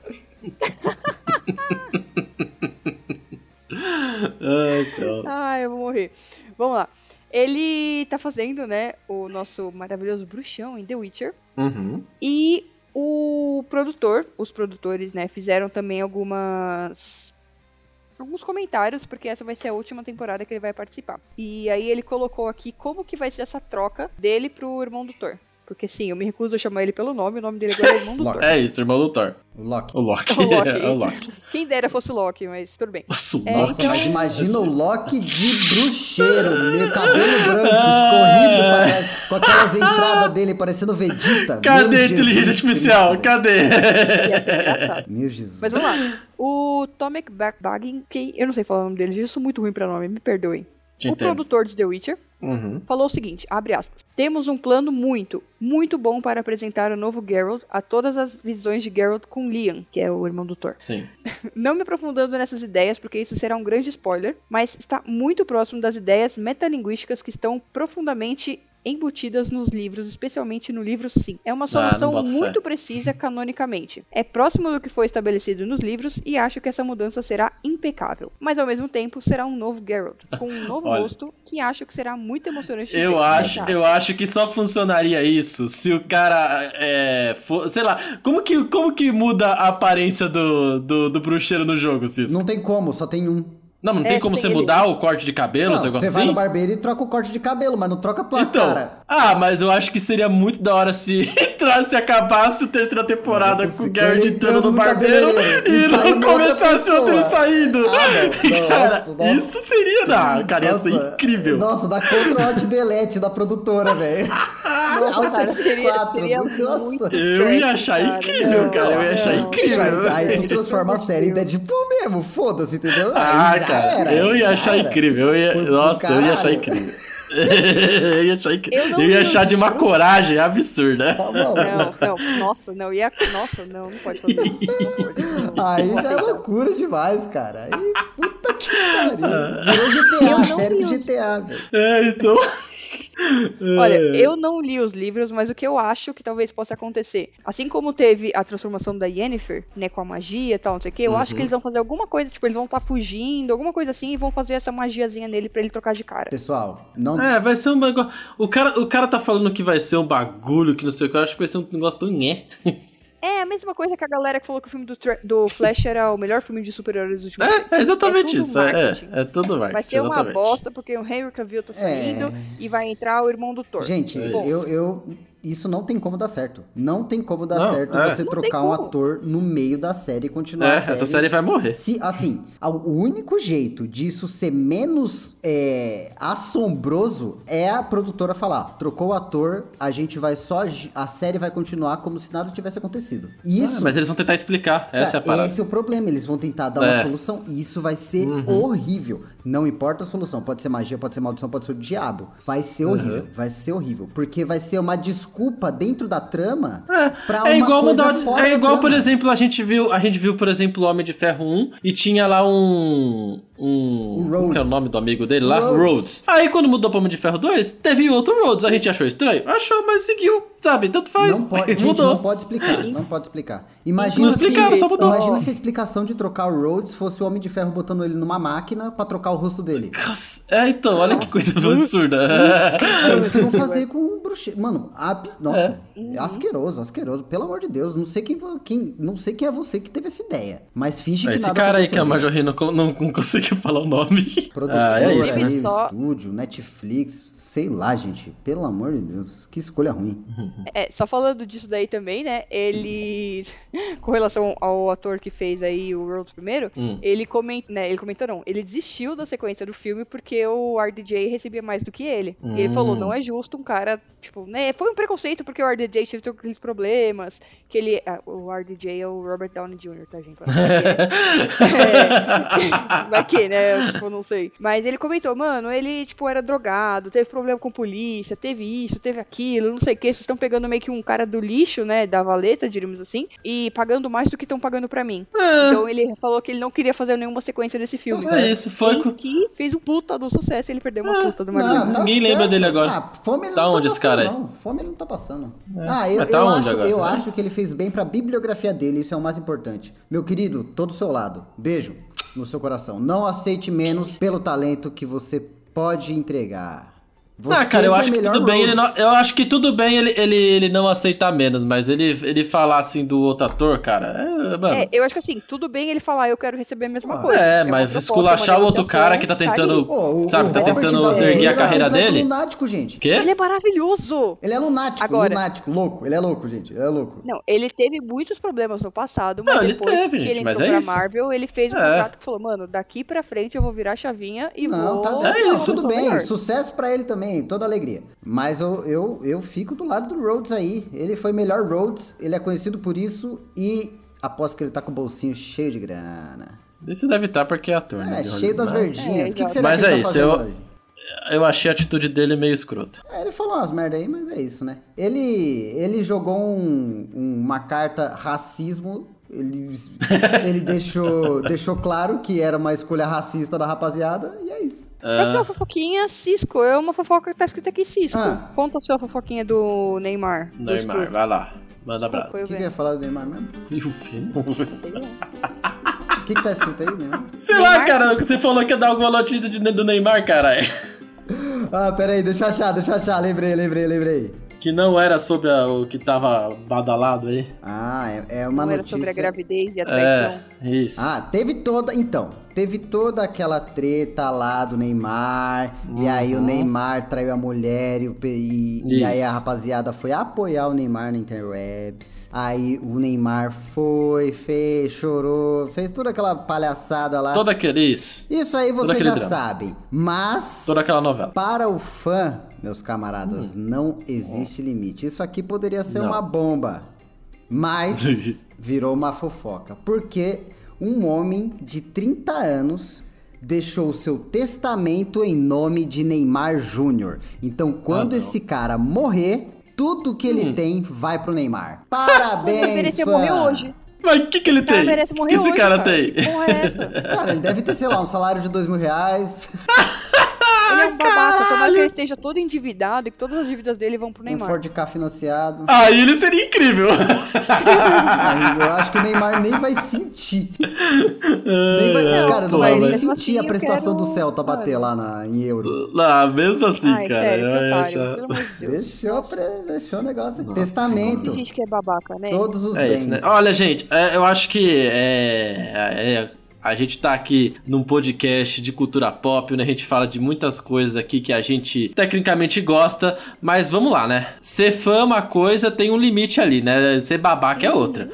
C: Ai, céu.
B: ah, eu vou morrer. Vamos lá. Ele tá fazendo, né, o nosso maravilhoso bruxão em The Witcher.
C: Uhum.
B: E o produtor, os produtores, né, fizeram também algumas. Alguns comentários, porque essa vai ser a última temporada que ele vai participar. E aí ele colocou aqui como que vai ser essa troca dele pro irmão do Thor. Porque sim, eu me recuso a chamar ele pelo nome, o nome dele agora é irmão do
A: Loki.
B: Thor.
C: É isso, irmão do Thor.
A: O Loki.
C: O Loki. É
B: O Loki.
C: o Loki.
B: Quem dera fosse o Loki, mas tudo bem.
C: Nossa, o
B: É,
A: Nossa,
C: Loki.
B: então-
A: mas imagina o Loki de bruxeiro, meu cabelo branco, escorrido pra trás, com aquelas entradas dele parecendo Vegeta. Meu
C: Cadê a
A: Jesus
C: inteligência artificial?
A: Cristo.
B: Ia
C: Cadê?
B: ser engraçado.
A: Meu Jesus.
B: Mas vamos lá. O Tomek Bagbagin, que eu não sei falar o nome dele, eu sou muito ruim pra nome, me perdoem.
C: Te
B: o
C: entendo.
B: produtor de The Witcher
C: Uhum.
B: falou o seguinte, abre aspas. Temos um plano muito, muito bom para apresentar o novo Geralt a todas as visões de Geralt com Liam, que é o irmão do Thor.
C: Sim.
B: Não me aprofundando nessas ideias, porque isso será um grande spoiler, mas está muito próximo das ideias metalinguísticas que estão profundamente embutidas nos livros, especialmente no livro 5. É uma solução
C: Ah, boto fé.
B: muito precisa canonicamente. É próximo do que foi estabelecido nos livros e acho que essa mudança será impecável. Mas ao mesmo tempo será um novo Geralt, com um novo
C: Olha.
B: rosto que acho que será muito emocionante. de ver.
C: Eu acho,
B: Exato.
C: eu acho que só funcionaria isso se o cara é, for- sei lá, como que, como que muda a aparência do, do, do bruxeiro no jogo, Cisco?
A: Não tem como, só tem um.
C: Não, mas não
B: É,
C: tem
B: você
C: como
B: tem
C: você
B: que-
C: mudar o corte de cabelo, esse
A: Não,
C: negócio
A: você vai
C: assim?
A: no barbeiro e troca o corte de cabelo, mas não troca a tua
C: Então,
A: cara.
C: ah, mas eu acho que seria muito da hora se entrar- se acabasse a terceira temporada
A: Ficou
C: com o Gerd
A: ele entrando
C: entrando no
A: no
C: barbeiro
A: cabeleireiro
C: e
A: e
C: não
A: saindo outra
C: começasse outro ele
A: pessoa.
C: saindo.
A: Ah, não,
C: cara,
A: nossa, nossa.
C: isso seria da. Cara, ia ser
A: Nossa,
C: incrível.
A: Nossa, dá Ctrl Alt Delete da produtora, velho.
B: Nossa,
A: Alt
B: cara, seria-
A: F4.
B: seria
A: nossa.
B: muito
C: Eu ia achar
B: Cara,
C: incrível,
B: não,
C: cara. Eu ia
B: não.
C: achar incrível.
A: Aí, aí tu
C: velho.
A: transforma a série em Deadpool mesmo, foda-se, entendeu? Aí
C: Ah,
A: já
C: cara,
A: era,
C: eu ia
A: já
C: achar
A: era.
C: incrível. Eu ia...
A: Foi pro
C: Nossa, eu ia achar
A: caralho.
C: incrível. eu ia achar, incrível.
B: Eu
C: Eu
B: não
C: ia
B: vi
C: achar
B: os
C: de uma
B: livros.
C: coragem absurda.
A: Tá bom.
B: Não, não, nossa, não, ia, nossa, não, não pode fazer isso. não pode.
A: Aí já é loucura demais, cara. Aí, puta que
C: Ah.
A: pariu. Virou GTA,
B: não
A: série do
B: vi os-
A: GTA, velho.
C: É, então.
B: Olha, eu não li os livros, mas o que eu acho que talvez possa acontecer. Assim como teve a transformação da Yennefer, né, com a magia e tal, não sei o que, eu acho que
C: Uhum.
B: eles vão fazer alguma coisa, tipo, eles vão estar fugindo, alguma coisa assim, e vão fazer essa magiazinha nele pra ele trocar de cara.
A: Pessoal, não
C: É, vai ser um negócio. O cara, o cara tá falando que vai ser um bagulho, que não sei o que. Eu acho que vai ser um negócio tão nhé.
B: É a mesma coisa que a galera que falou que o filme do, Tra- do Flash era o melhor filme de super-heróis dos últimos tempos.
C: É, é exatamente
B: É tudo
C: isso. É,
B: marketing.
C: é, é tudo marketing.
B: Vai ser uma
C: exatamente.
B: bosta, porque o Henry Cavill tá saindo e vai entrar o irmão do Thor.
A: Gente,
B: É isso.
A: eu, eu- Isso não tem como dar certo. Não tem como dar
C: Não,
A: certo
C: é.
A: você
B: Não tem
A: trocar um
B: como.
A: ator no meio da série e continuar
C: É,
A: a série.
C: essa série vai morrer.
A: Se, assim, a- o único jeito disso ser menos é, assombroso é a produtora falar: trocou o ator, a gente vai só. gi- A série vai continuar como se nada tivesse acontecido. Isso.
C: Ah, mas eles vão tentar explicar. Essa é a
A: Cara,
C: parada.
A: Esse é o problema. Eles vão tentar dar uma
C: É. Uhum.
A: solução e isso vai ser horrível. Não importa a solução. Pode ser magia, pode ser maldição, pode ser o diabo. Vai ser
C: Uhum.
A: horrível. Vai ser horrível. Porque vai ser uma desculpa dentro da trama pra
C: É,
A: uma
C: é igual
A: coisa
C: mudar.
A: fora
C: É
A: da
C: igual, por
A: trama.
C: exemplo, a gente viu, a gente viu, por exemplo, o Homem de Ferro 1 e tinha lá um. Um.
A: O
C: Qual que é o
A: Rhodes.
C: nome do amigo dele lá?
A: Rhodes.
C: Rhodes. Aí quando mudou pro Homem de Ferro 2, teve outro Rhodes. A gente achou estranho? Achou, mas seguiu, sabe? Tanto faz.
A: Não pode, gente,
C: mudou.
A: não pode explicar, não pode explicar. Imagina,
C: Não explicaram,
A: se,
C: só mudou.
A: imagina se a explicação de trocar o Rhodes fosse o Homem de Ferro botando ele numa máquina pra trocar o rosto dele.
C: Nossa, É, então, olha que coisa absurda.
A: É, Eles vão fazer com um bruxeiro. Mano, ab... nossa,
C: É.
B: Uhum.
A: asqueroso, asqueroso. Pelo amor de Deus, não sei quem, vo- quem, não sei quem é você que teve essa ideia, mas finge que
C: Esse
A: nada
C: cara aí que é a
A: aconteceu.
C: Majorri não, con- não não conseguiu falar o nome.
A: Produtora,
C: Ah, é isso,
A: aí,
C: né?
B: Teve só-
A: estúdio, Netflix, sei lá, gente. Pelo amor de Deus, que escolha ruim.
B: É, só falando disso daí também, né? Ele. com relação ao ator que fez aí o World primeiro,
C: Hum.
B: ele comentou. Né, ele comentou não. Ele desistiu da sequência do filme porque o RDJ recebia mais do que ele. E ele
C: Hum.
B: falou, não é justo um cara, tipo, né? Foi um preconceito porque o RDJ teve todos aqueles problemas. Que ele. ah, o RDJ é o Robert Downey Jr., tá, gente? É. Vai que, né? Eu, tipo, não sei. Mas ele comentou, mano, ele, tipo, era drogado, teve problema com polícia, teve isso, teve aquilo, não sei o que. Vocês estão pegando meio que um cara do lixo, né? Da valeta, diríamos assim, e pagando mais do que estão pagando pra mim. Então ele falou que ele não queria fazer nenhuma sequência desse filme.
C: É isso, foi
B: Em
C: com-
B: que fez um puta do sucesso e ele perdeu uma puta de uma
A: Não,
B: vida.
A: tá
C: Ninguém lembra dele agora.
A: Ah, fome ele
C: Tá
A: não
C: onde
A: tá
C: esse
A: passando,
C: cara aí?
A: não. Fome ele não tá passando. Ah, eu,
C: Mas tá
A: eu
C: onde
A: acho,
C: agora?
A: eu
C: Mas-
A: acho que ele fez bem pra bibliografia dele, isso é o mais importante. Meu querido, todo do seu lado. Beijo no seu coração. Não aceite menos pelo talento que você pode entregar. Você
C: Ah, cara, eu
A: foi
C: acho que
A: melhor
C: tudo bem, ele não,
A: Rhodes.
C: eu acho que tudo bem ele, ele, ele não aceitar menos, mas ele, ele falar assim do outro ator, cara, é, mano.
B: É, eu acho que assim, tudo bem ele falar, eu quero receber a mesma
A: Ah,
B: coisa.
C: É,
B: uma
C: mas
B: proposta,
C: esculachar
B: uma
C: o outro cara que tá
B: negociação,
C: tentando,
A: Pô, o-
C: sabe,
A: o
C: tá
A: Robert
C: tentando
A: Downey
C: erguer a
A: Jr.
C: carreira
A: é um completo
C: dele.
A: lunático, gente.
C: O quê?
B: tá ali. Ele é maravilhoso!
A: Ele é lunático,
B: Agora.
A: lunático, louco. Ele é louco, gente. Ele é louco.
B: Não, ele teve muitos problemas no passado, mas
C: Não, ele
B: depois
C: teve,
B: que
C: gente,
B: ele
C: mas
B: entrou
C: é
B: pra
C: isso.
B: Marvel, ele fez um
C: É.
B: contrato que falou, mano, daqui pra frente eu vou virar a chavinha e
A: Não,
B: vou...
A: tá
B: dar
A: é
B: uma
A: isso, tudo
B: pessoa
A: bem.
B: melhor."
A: Sucesso pra ele também, toda alegria. Mas eu, eu, eu fico do lado do Rhodes aí. Ele foi melhor Rhodes, ele é conhecido por isso e aposto que ele tá com o bolsinho cheio de grana.
C: Isso deve estar porque é ator, né?
A: É,
C: de
A: cheio
C: Hollywood,
A: das
C: né?
A: verdinhas.
B: É,
A: O que, que
B: exato.
A: será
C: Mas
A: que ele
C: é
A: tá
C: isso,
A: fazendo
C: eu-
A: hoje?
C: Eu achei a atitude dele meio escrota.
A: É, ele falou umas merda aí, mas é isso, né? Ele, ele jogou um- uma carta racismo. Ele, ele deixou, deixou claro que era uma escolha racista da rapaziada e é isso.
B: Pra sua Tá assim, fofoquinha, Cisco, é uma fofoca que tá escrita aqui, Cisco.
A: Ah.
B: Conta a sua fofoquinha do Neymar. do
C: Neymar,
B: escroto.
C: vai lá. Manda abraço.
B: Foi
A: O
B: o
A: que, é? que eu ia
B: Venom.
A: falar do Neymar mesmo?
C: E o Venom?
A: O que, que tá escrito aí, Neymar?
C: Sei lá,
B: Neymar?
C: cara, você falou que ia dar alguma notícia de- do Neymar, caralho.
A: Ah, peraí, deixa eu achar, deixa eu achar. Lembrei, lembrei, lembrei.
C: Que não era sobre a- o que tava badalado aí.
A: Ah, é, é uma
B: Não era
A: notícia.
B: sobre a gravidez e a traição.
C: É, isso.
A: tá. Ah, teve toda. Então, Teve toda aquela treta lá do Neymar, e aí o
C: Uhum.
A: Neymar traiu a mulher, e, o pe- e, e
C: Isso.
A: aí a rapaziada foi apoiar o Neymar na Interwebs. Aí o Neymar foi, fez, chorou, fez toda aquela palhaçada lá.
C: Toda aquele. Isso.
A: Isso aí
C: todo
A: vocês
C: aquele
A: já
C: drama.
A: sabem. Mas.
C: Toda aquela novela.
A: Para o fã, meus camaradas, não existe limite. Isso aqui poderia ser
C: Hum. Não.
A: uma bomba, mas virou uma fofoca. Porque um homem de 30 anos deixou seu testamento em nome de Neymar Júnior. Então, quando
C: Ah, não. Hum.
A: esse cara morrer, tudo que ele tem vai pro Neymar. Parabéns,
B: Ele merecia
A: fã!
B: morrer hoje.
C: Mas o que, que ele
B: O cara
C: tem?
B: merece
C: O
B: morrer
C: que esse
B: hoje,
C: cara,
B: cara.
C: tem?
B: Que porra é essa?
A: Cara, ele deve ter, sei lá, um salário de dois mil reais,
B: Ele é
C: Ah,
B: um babaca, tomara que ele esteja todo endividado e que todas as dívidas dele vão pro
A: um
B: Neymar.
A: Ford K financiado.
C: Aí Ah, ele seria incrível.
A: Eu acho que o Neymar nem vai sentir. Nem vai- cara, não
C: pô,
A: vai nem
B: mas- Mesmo
A: sentir
B: assim,
A: a
B: eu
A: prestação
B: quero-
A: do Celta bater lá na, em euro.
C: Lá, mesmo assim,
B: Ai,
C: cara.
B: sério, que
C: eu ia
B: otário,
C: achar-
B: pelo amor de Deus.
A: Deixou, pre- deixou o negócio.
C: Nossa,
A: Testamento.
B: Tem gente que é babaca, né?
A: Todos os
C: É
A: bens.
C: isso, né? Olha, gente, é, eu acho que é, é, a gente tá aqui num podcast de cultura pop, né? A gente fala de muitas coisas aqui que a gente tecnicamente gosta, mas vamos lá, né? Ser fã é uma coisa, tem um limite ali, né? Ser babaca é outra.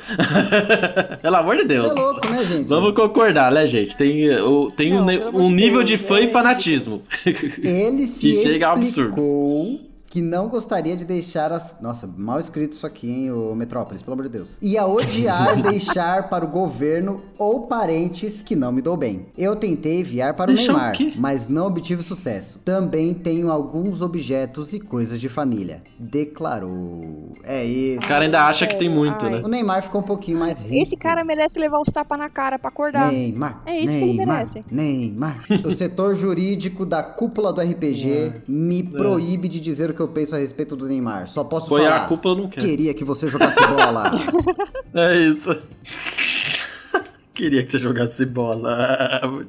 C: Pelo amor
B: Tá
C: de
A: É
C: Deus.
A: louco, né, gente?
C: Vamos concordar, né, gente? Tem, eh, o- tem
B: Não,
C: um, ne-
B: pelo amor
C: um
B: de
C: nível
B: Deus,
C: de fã e
B: é.
C: fanatismo.
A: Ele se
C: Que chega ao absurdo.
A: explicou que não gostaria de deixar as... Nossa, mal escrito isso aqui, hein, o Metrópolis, pelo amor de Deus. E a odiar deixar para o governo ou parentes que não me dou bem. Eu tentei enviar para o
C: Deixar o
A: Neymar,
C: quê?
A: mas não obtive sucesso. Também tenho alguns objetos e coisas de família. Declarou. É isso.
C: O cara ainda acha que tem muito,
B: é, Ai.
C: né?
A: O Neymar ficou um pouquinho mais rico.
B: Esse cara merece levar uns tapas na cara pra acordar.
A: Neymar.
B: É isso que ele
A: Neymar,
B: merece.
A: Neymar. o setor jurídico da cúpula do
C: É.
A: RPG me proíbe de dizer o que eu penso a respeito do Neymar. Só posso
C: Foi
A: falar.
C: a culpa, eu não quero.
A: Queria que você jogasse bola lá.
C: É isso. Queria que você jogasse bola.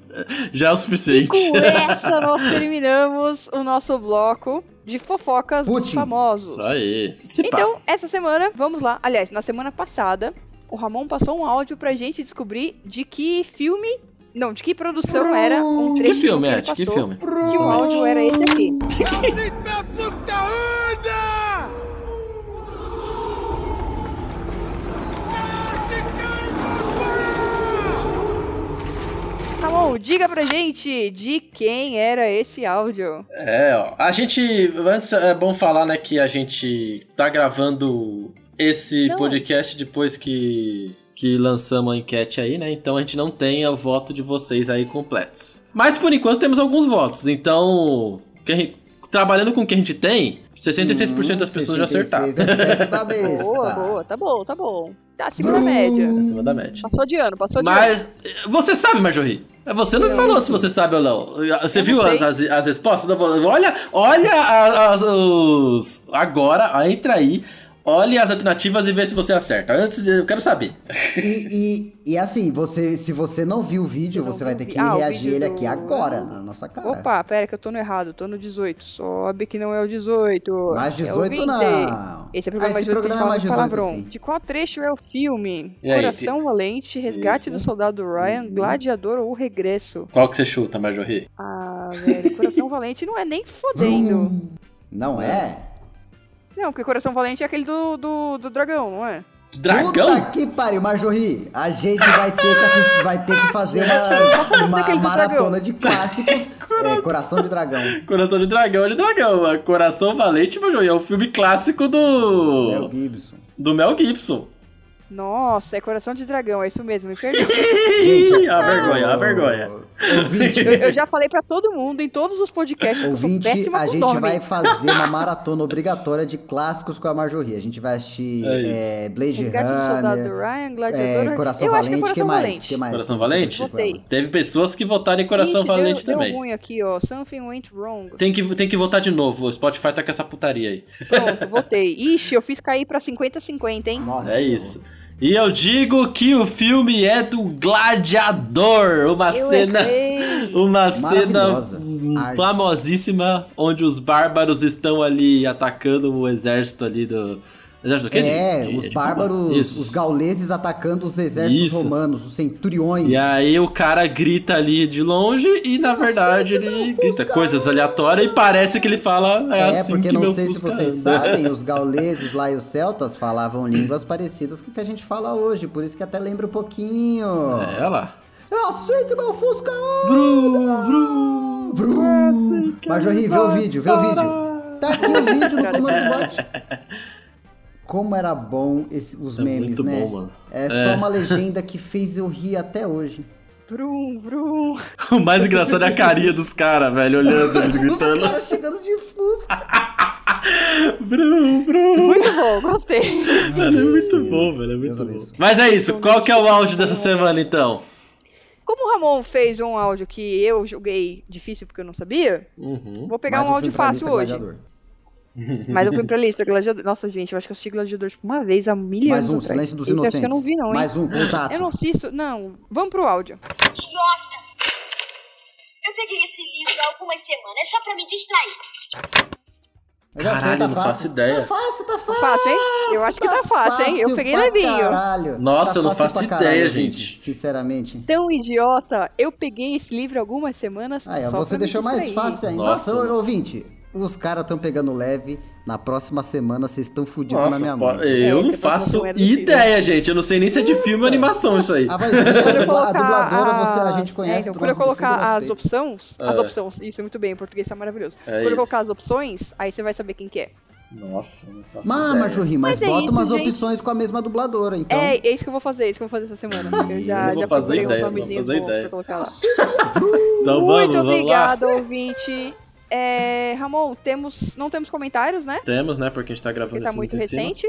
C: Já é o suficiente.
B: Com essa, nós terminamos o nosso bloco de fofocas dos
A: Putin.
B: famosos.
C: Isso aí. Se pá.
B: Então, essa semana, vamos lá. Aliás, na semana passada, o Ramon passou um áudio pra gente descobrir de que filme. Não, de que produção era um
C: que
B: trecho
C: filme,
B: que ele
C: Ed? Que
B: passou,
C: filme?
B: Que o áudio era esse aqui. Ramon, Tá diga pra gente de quem era esse áudio.
C: É, ó. A gente. Antes é bom falar, né, que a gente tá gravando esse
B: Não. é.
C: podcast depois que. Que lançamos a enquete aí, né? Então a gente não tem o voto de vocês aí completos. Mas por enquanto temos alguns votos. Então, quem- trabalhando com o que a gente tem, 66% das pessoas já acertaram.
A: 66 é perto da besta.
B: Boa, boa, tá bom, tá bom. Tá acima da média.
C: Acima da média.
B: Passou de ano, passou de ano.
C: Mas eh, você sabe, Marjorie. Você não
A: Eu
C: falou
A: não
C: se
A: sei.
C: você sabe ou não. Você
B: Eu
C: viu
B: não
C: as,
B: sei.
C: as, as respostas? Olha, olha a- as, os. Agora, ah, entra aí, olhe as alternativas e vê se você acerta. Antes, de- eu quero saber.
A: E, e- e assim, você, se você não viu o vídeo,
B: Se não
A: você vai
B: viu
A: ter
B: o
A: que
B: vi- Ah, o
A: reagir
B: vídeo
A: ele
B: do-
A: aqui agora, na nossa cara.
B: Opa, pera que eu tô no errado, tô no 18. Sobe que não é o 18.
A: Mais
B: é o
A: 18
B: 20.
A: não.
B: Esse é o programa
A: Ah,
B: mais
A: esse
B: 18 que a gente
A: programa
B: fala
A: é
B: de
A: mais 18,
B: palavrão.
A: sim.
B: De qual trecho é o filme?
C: E aí, Uhum.
B: Coração Valente, Resgate do Soldado Ryan, Gladiador ou Regresso?
C: Qual que você chuta, Marjorie?
B: Ah, velho, Coração Valente não é nem fodendo.
A: Não é?
B: não, porque Coração Valente é aquele do, do, do dragão, não é?
C: Dragão?
A: Puta que pariu, Marjorie. A gente vai ter que, assistir- vai ter que fazer uma, uma
B: daquele do
A: maratona de clássicos. é, Coração de Dragão.
C: Coração de dragão é de dragão. Coração Valente, Marjorie. É o filme clássico
A: É o
C: do.
A: Gibson.
C: Do Mel Gibson.
B: Nossa, é Coração de Dragão, é isso mesmo, me perdi.
A: Gente,
B: ah.
C: a vergonha, a vergonha.
A: Ouvinte,
B: Eu, eu já falei pra todo mundo em todos os podcasts que eu sou
A: ouvinte,
B: péssima
A: a
B: com
A: gente
B: nome.
A: vai fazer uma maratona obrigatória de clássicos com a Marjorie. A gente vai assistir
C: É isso.
A: é, Blade
B: Resgate do Soldado
A: Runner,
B: Ryan,
A: é,
B: Gladiador.
A: Coração
B: eu acho que é
A: Valente,
B: Coração
A: que mais?
B: Valente.
A: Que mais?
C: Coração Valente?
B: Votei.
C: Teve pessoas que votaram em Coração
B: Ixi, deu-
C: Valente
B: deu
C: também.
B: ruim aqui, ó. Something went wrong.
C: Tem que, tem que votar de novo. O Spotify tá com essa putaria aí.
B: Pronto, votei. Ixi, eu fiz cair pra 50-50, hein?
A: Nossa,
C: É isso. E eu digo que o filme é do Gladiador, uma
B: Eu
C: cena,
B: errei.
C: uma cena
A: Maravilhosa.
C: hum,
A: Arte.
C: famosíssima onde os bárbaros estão ali atacando o exército ali do Exército do quê?
A: É,
C: De- de-
A: os
C: de Roma?
A: bárbaros,
C: Isso.
A: os gauleses atacando os exércitos
C: Isso.
A: romanos, os centuriões.
C: E aí o cara grita ali de longe e na verdade ele grita coisas aleatórias e parece que ele fala é,
A: É,
C: assim
A: porque
C: que
A: não
C: meu
A: sei se
C: Fusca
A: vocês
C: anda.
A: sabem, os gauleses lá e os celtas falavam línguas parecidas com o que a gente fala hoje, por isso que até lembra um pouquinho.
C: É, olha lá.
A: Eu assim que meu Fusca
C: Vrum, vrum.
A: Vrum. Marjorie, vê o vídeo, vê o vídeo. Tá aqui o vídeo do Comando do Bot. Como era bom esse- os
C: É
A: memes,
C: muito
A: né?
C: bom, mano.
A: É só uma legenda que fez eu rir até hoje.
B: Vrum, vrum.
C: O mais engraçado é a carinha dos caras, velho, olhando, eles
A: Os
C: gritando.
A: caras chegando de Fusca.
C: Vrum, vrum.
B: Muito bom, gostei.
C: Mano, é muito bom, velho, é muito bom.
A: abençoe.
C: Mas é isso, qual que é o áudio dessa
B: Uhum.
C: semana então?
B: Como o Ramon fez um áudio que eu julguei difícil porque eu não sabia,
C: Uhum.
B: vou pegar
A: Mas
B: um
A: eu
B: áudio
A: fui pra
B: fácil
A: lista
B: hoje.
A: gladiador.
B: Mas eu fui pra lista Gladiador. Nossa, gente, eu acho que eu assisti Gladiador tipo, uma vez há mil
A: Mais
B: anos
A: um,
B: atrás.
A: Silêncio dos
B: Esse
A: Inocentes.
B: acho que eu não vi, não, hein?
A: Mais um, contato.
B: Eu não assisto. Não, vamos pro áudio.
F: Eu peguei esse livro há algumas semanas só pra me distrair.
A: Eu já sei,
C: Caralho,
A: tá
C: não
A: fácil.
C: faço ideia.
A: Tá fácil, tá fácil.
B: Fácil, hein? Eu acho que tá fácil, hein? Eu peguei
A: pra
B: levinho.
A: Caralho.
C: Nossa,
A: Tá
C: eu não
A: fácil pra
C: faço
A: caralho,
C: ideia, gente.
A: Sinceramente.
B: Tão idiota, eu peguei esse livro algumas semanas
A: Aí, ó,
B: só
A: você
B: pra me
A: deixou mais
B: distrair.
A: fácil ainda.
C: Nossa,
A: Nossa, ô,
C: mano.
A: ouvinte, os caras estão pegando leve. Na próxima semana vocês estão fudidos na
C: Nossa,
A: minha
C: pô,
A: mão.
C: eu
B: É,
C: não
B: porque a próxima
C: faço
B: não é do filme.
C: ideia, gente. Eu não sei nem se é de filme ou animação isso aí.
A: A vozinha, a,
B: Quando eu
A: dubla- a
B: colocar
A: dubladora,
B: as-
A: você, a gente conhece.
B: É, então,
A: do
B: quando eu
A: Gosto do Fundo,
B: colocar as
A: gostei.
B: opções, as
C: É.
B: opções, isso é muito bem, em português tá maravilhoso.
C: É
B: quando
C: isso.
B: eu colocar as opções, aí você vai saber quem que é.
C: Nossa, não faço
A: Mas,
C: ideia.
A: Marjorie, mas,
B: Mas é
A: bota
B: isso,
A: umas
B: gente.
A: opções com a mesma dubladora, então.
B: É, é isso que eu vou fazer, é isso que eu vou fazer essa semana. Eu já,
C: Eu vou
B: já
C: fazer
B: procurei uns
C: ideia,
B: nomezinhos
C: vou fazer
B: bons
C: ideia.
B: pra colocar lá.
C: Então
B: Muito
C: vamos, vamos lá.
B: obrigado, ouvinte. É, Ramon, temos, não temos comentários, né?
C: Temos, né? Porque a gente tá gravando
B: Porque
C: isso
B: tá muito
C: em cima.
B: recente.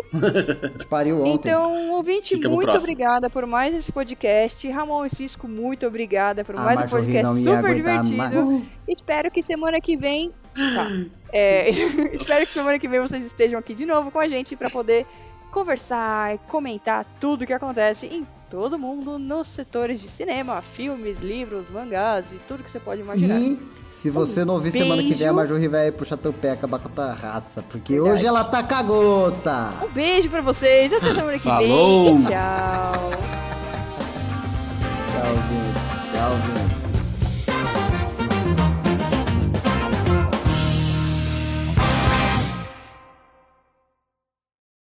A: A gente pariu ontem.
B: Então, ouvinte,
C: Fica pro
B: muito
C: próximo.
B: obrigada por mais esse podcast. Ramon e Cisco, muito obrigada por
A: Ah,
B: mais um
A: Marjorie
B: podcast
A: não ia
B: super
A: aguentar
B: divertido.
A: mais.
B: Espero que semana que vem. Tá. É, espero que semana que vem vocês estejam aqui de novo com a gente pra poder conversar e comentar tudo que acontece em todo mundo nos setores de cinema, filmes, livros, mangás e tudo que você pode imaginar.
A: E se você não ouvir semana que vem, a
B: beijo.
A: Marjorie vai puxar teu pé, acabar com a tua raça. Porque
B: Verdade.
A: hoje ela tá cagota.
B: Um beijo pra vocês, até semana que
C: Falou.
B: vem e tchau.
A: Tchau, gente. Tchau, gente.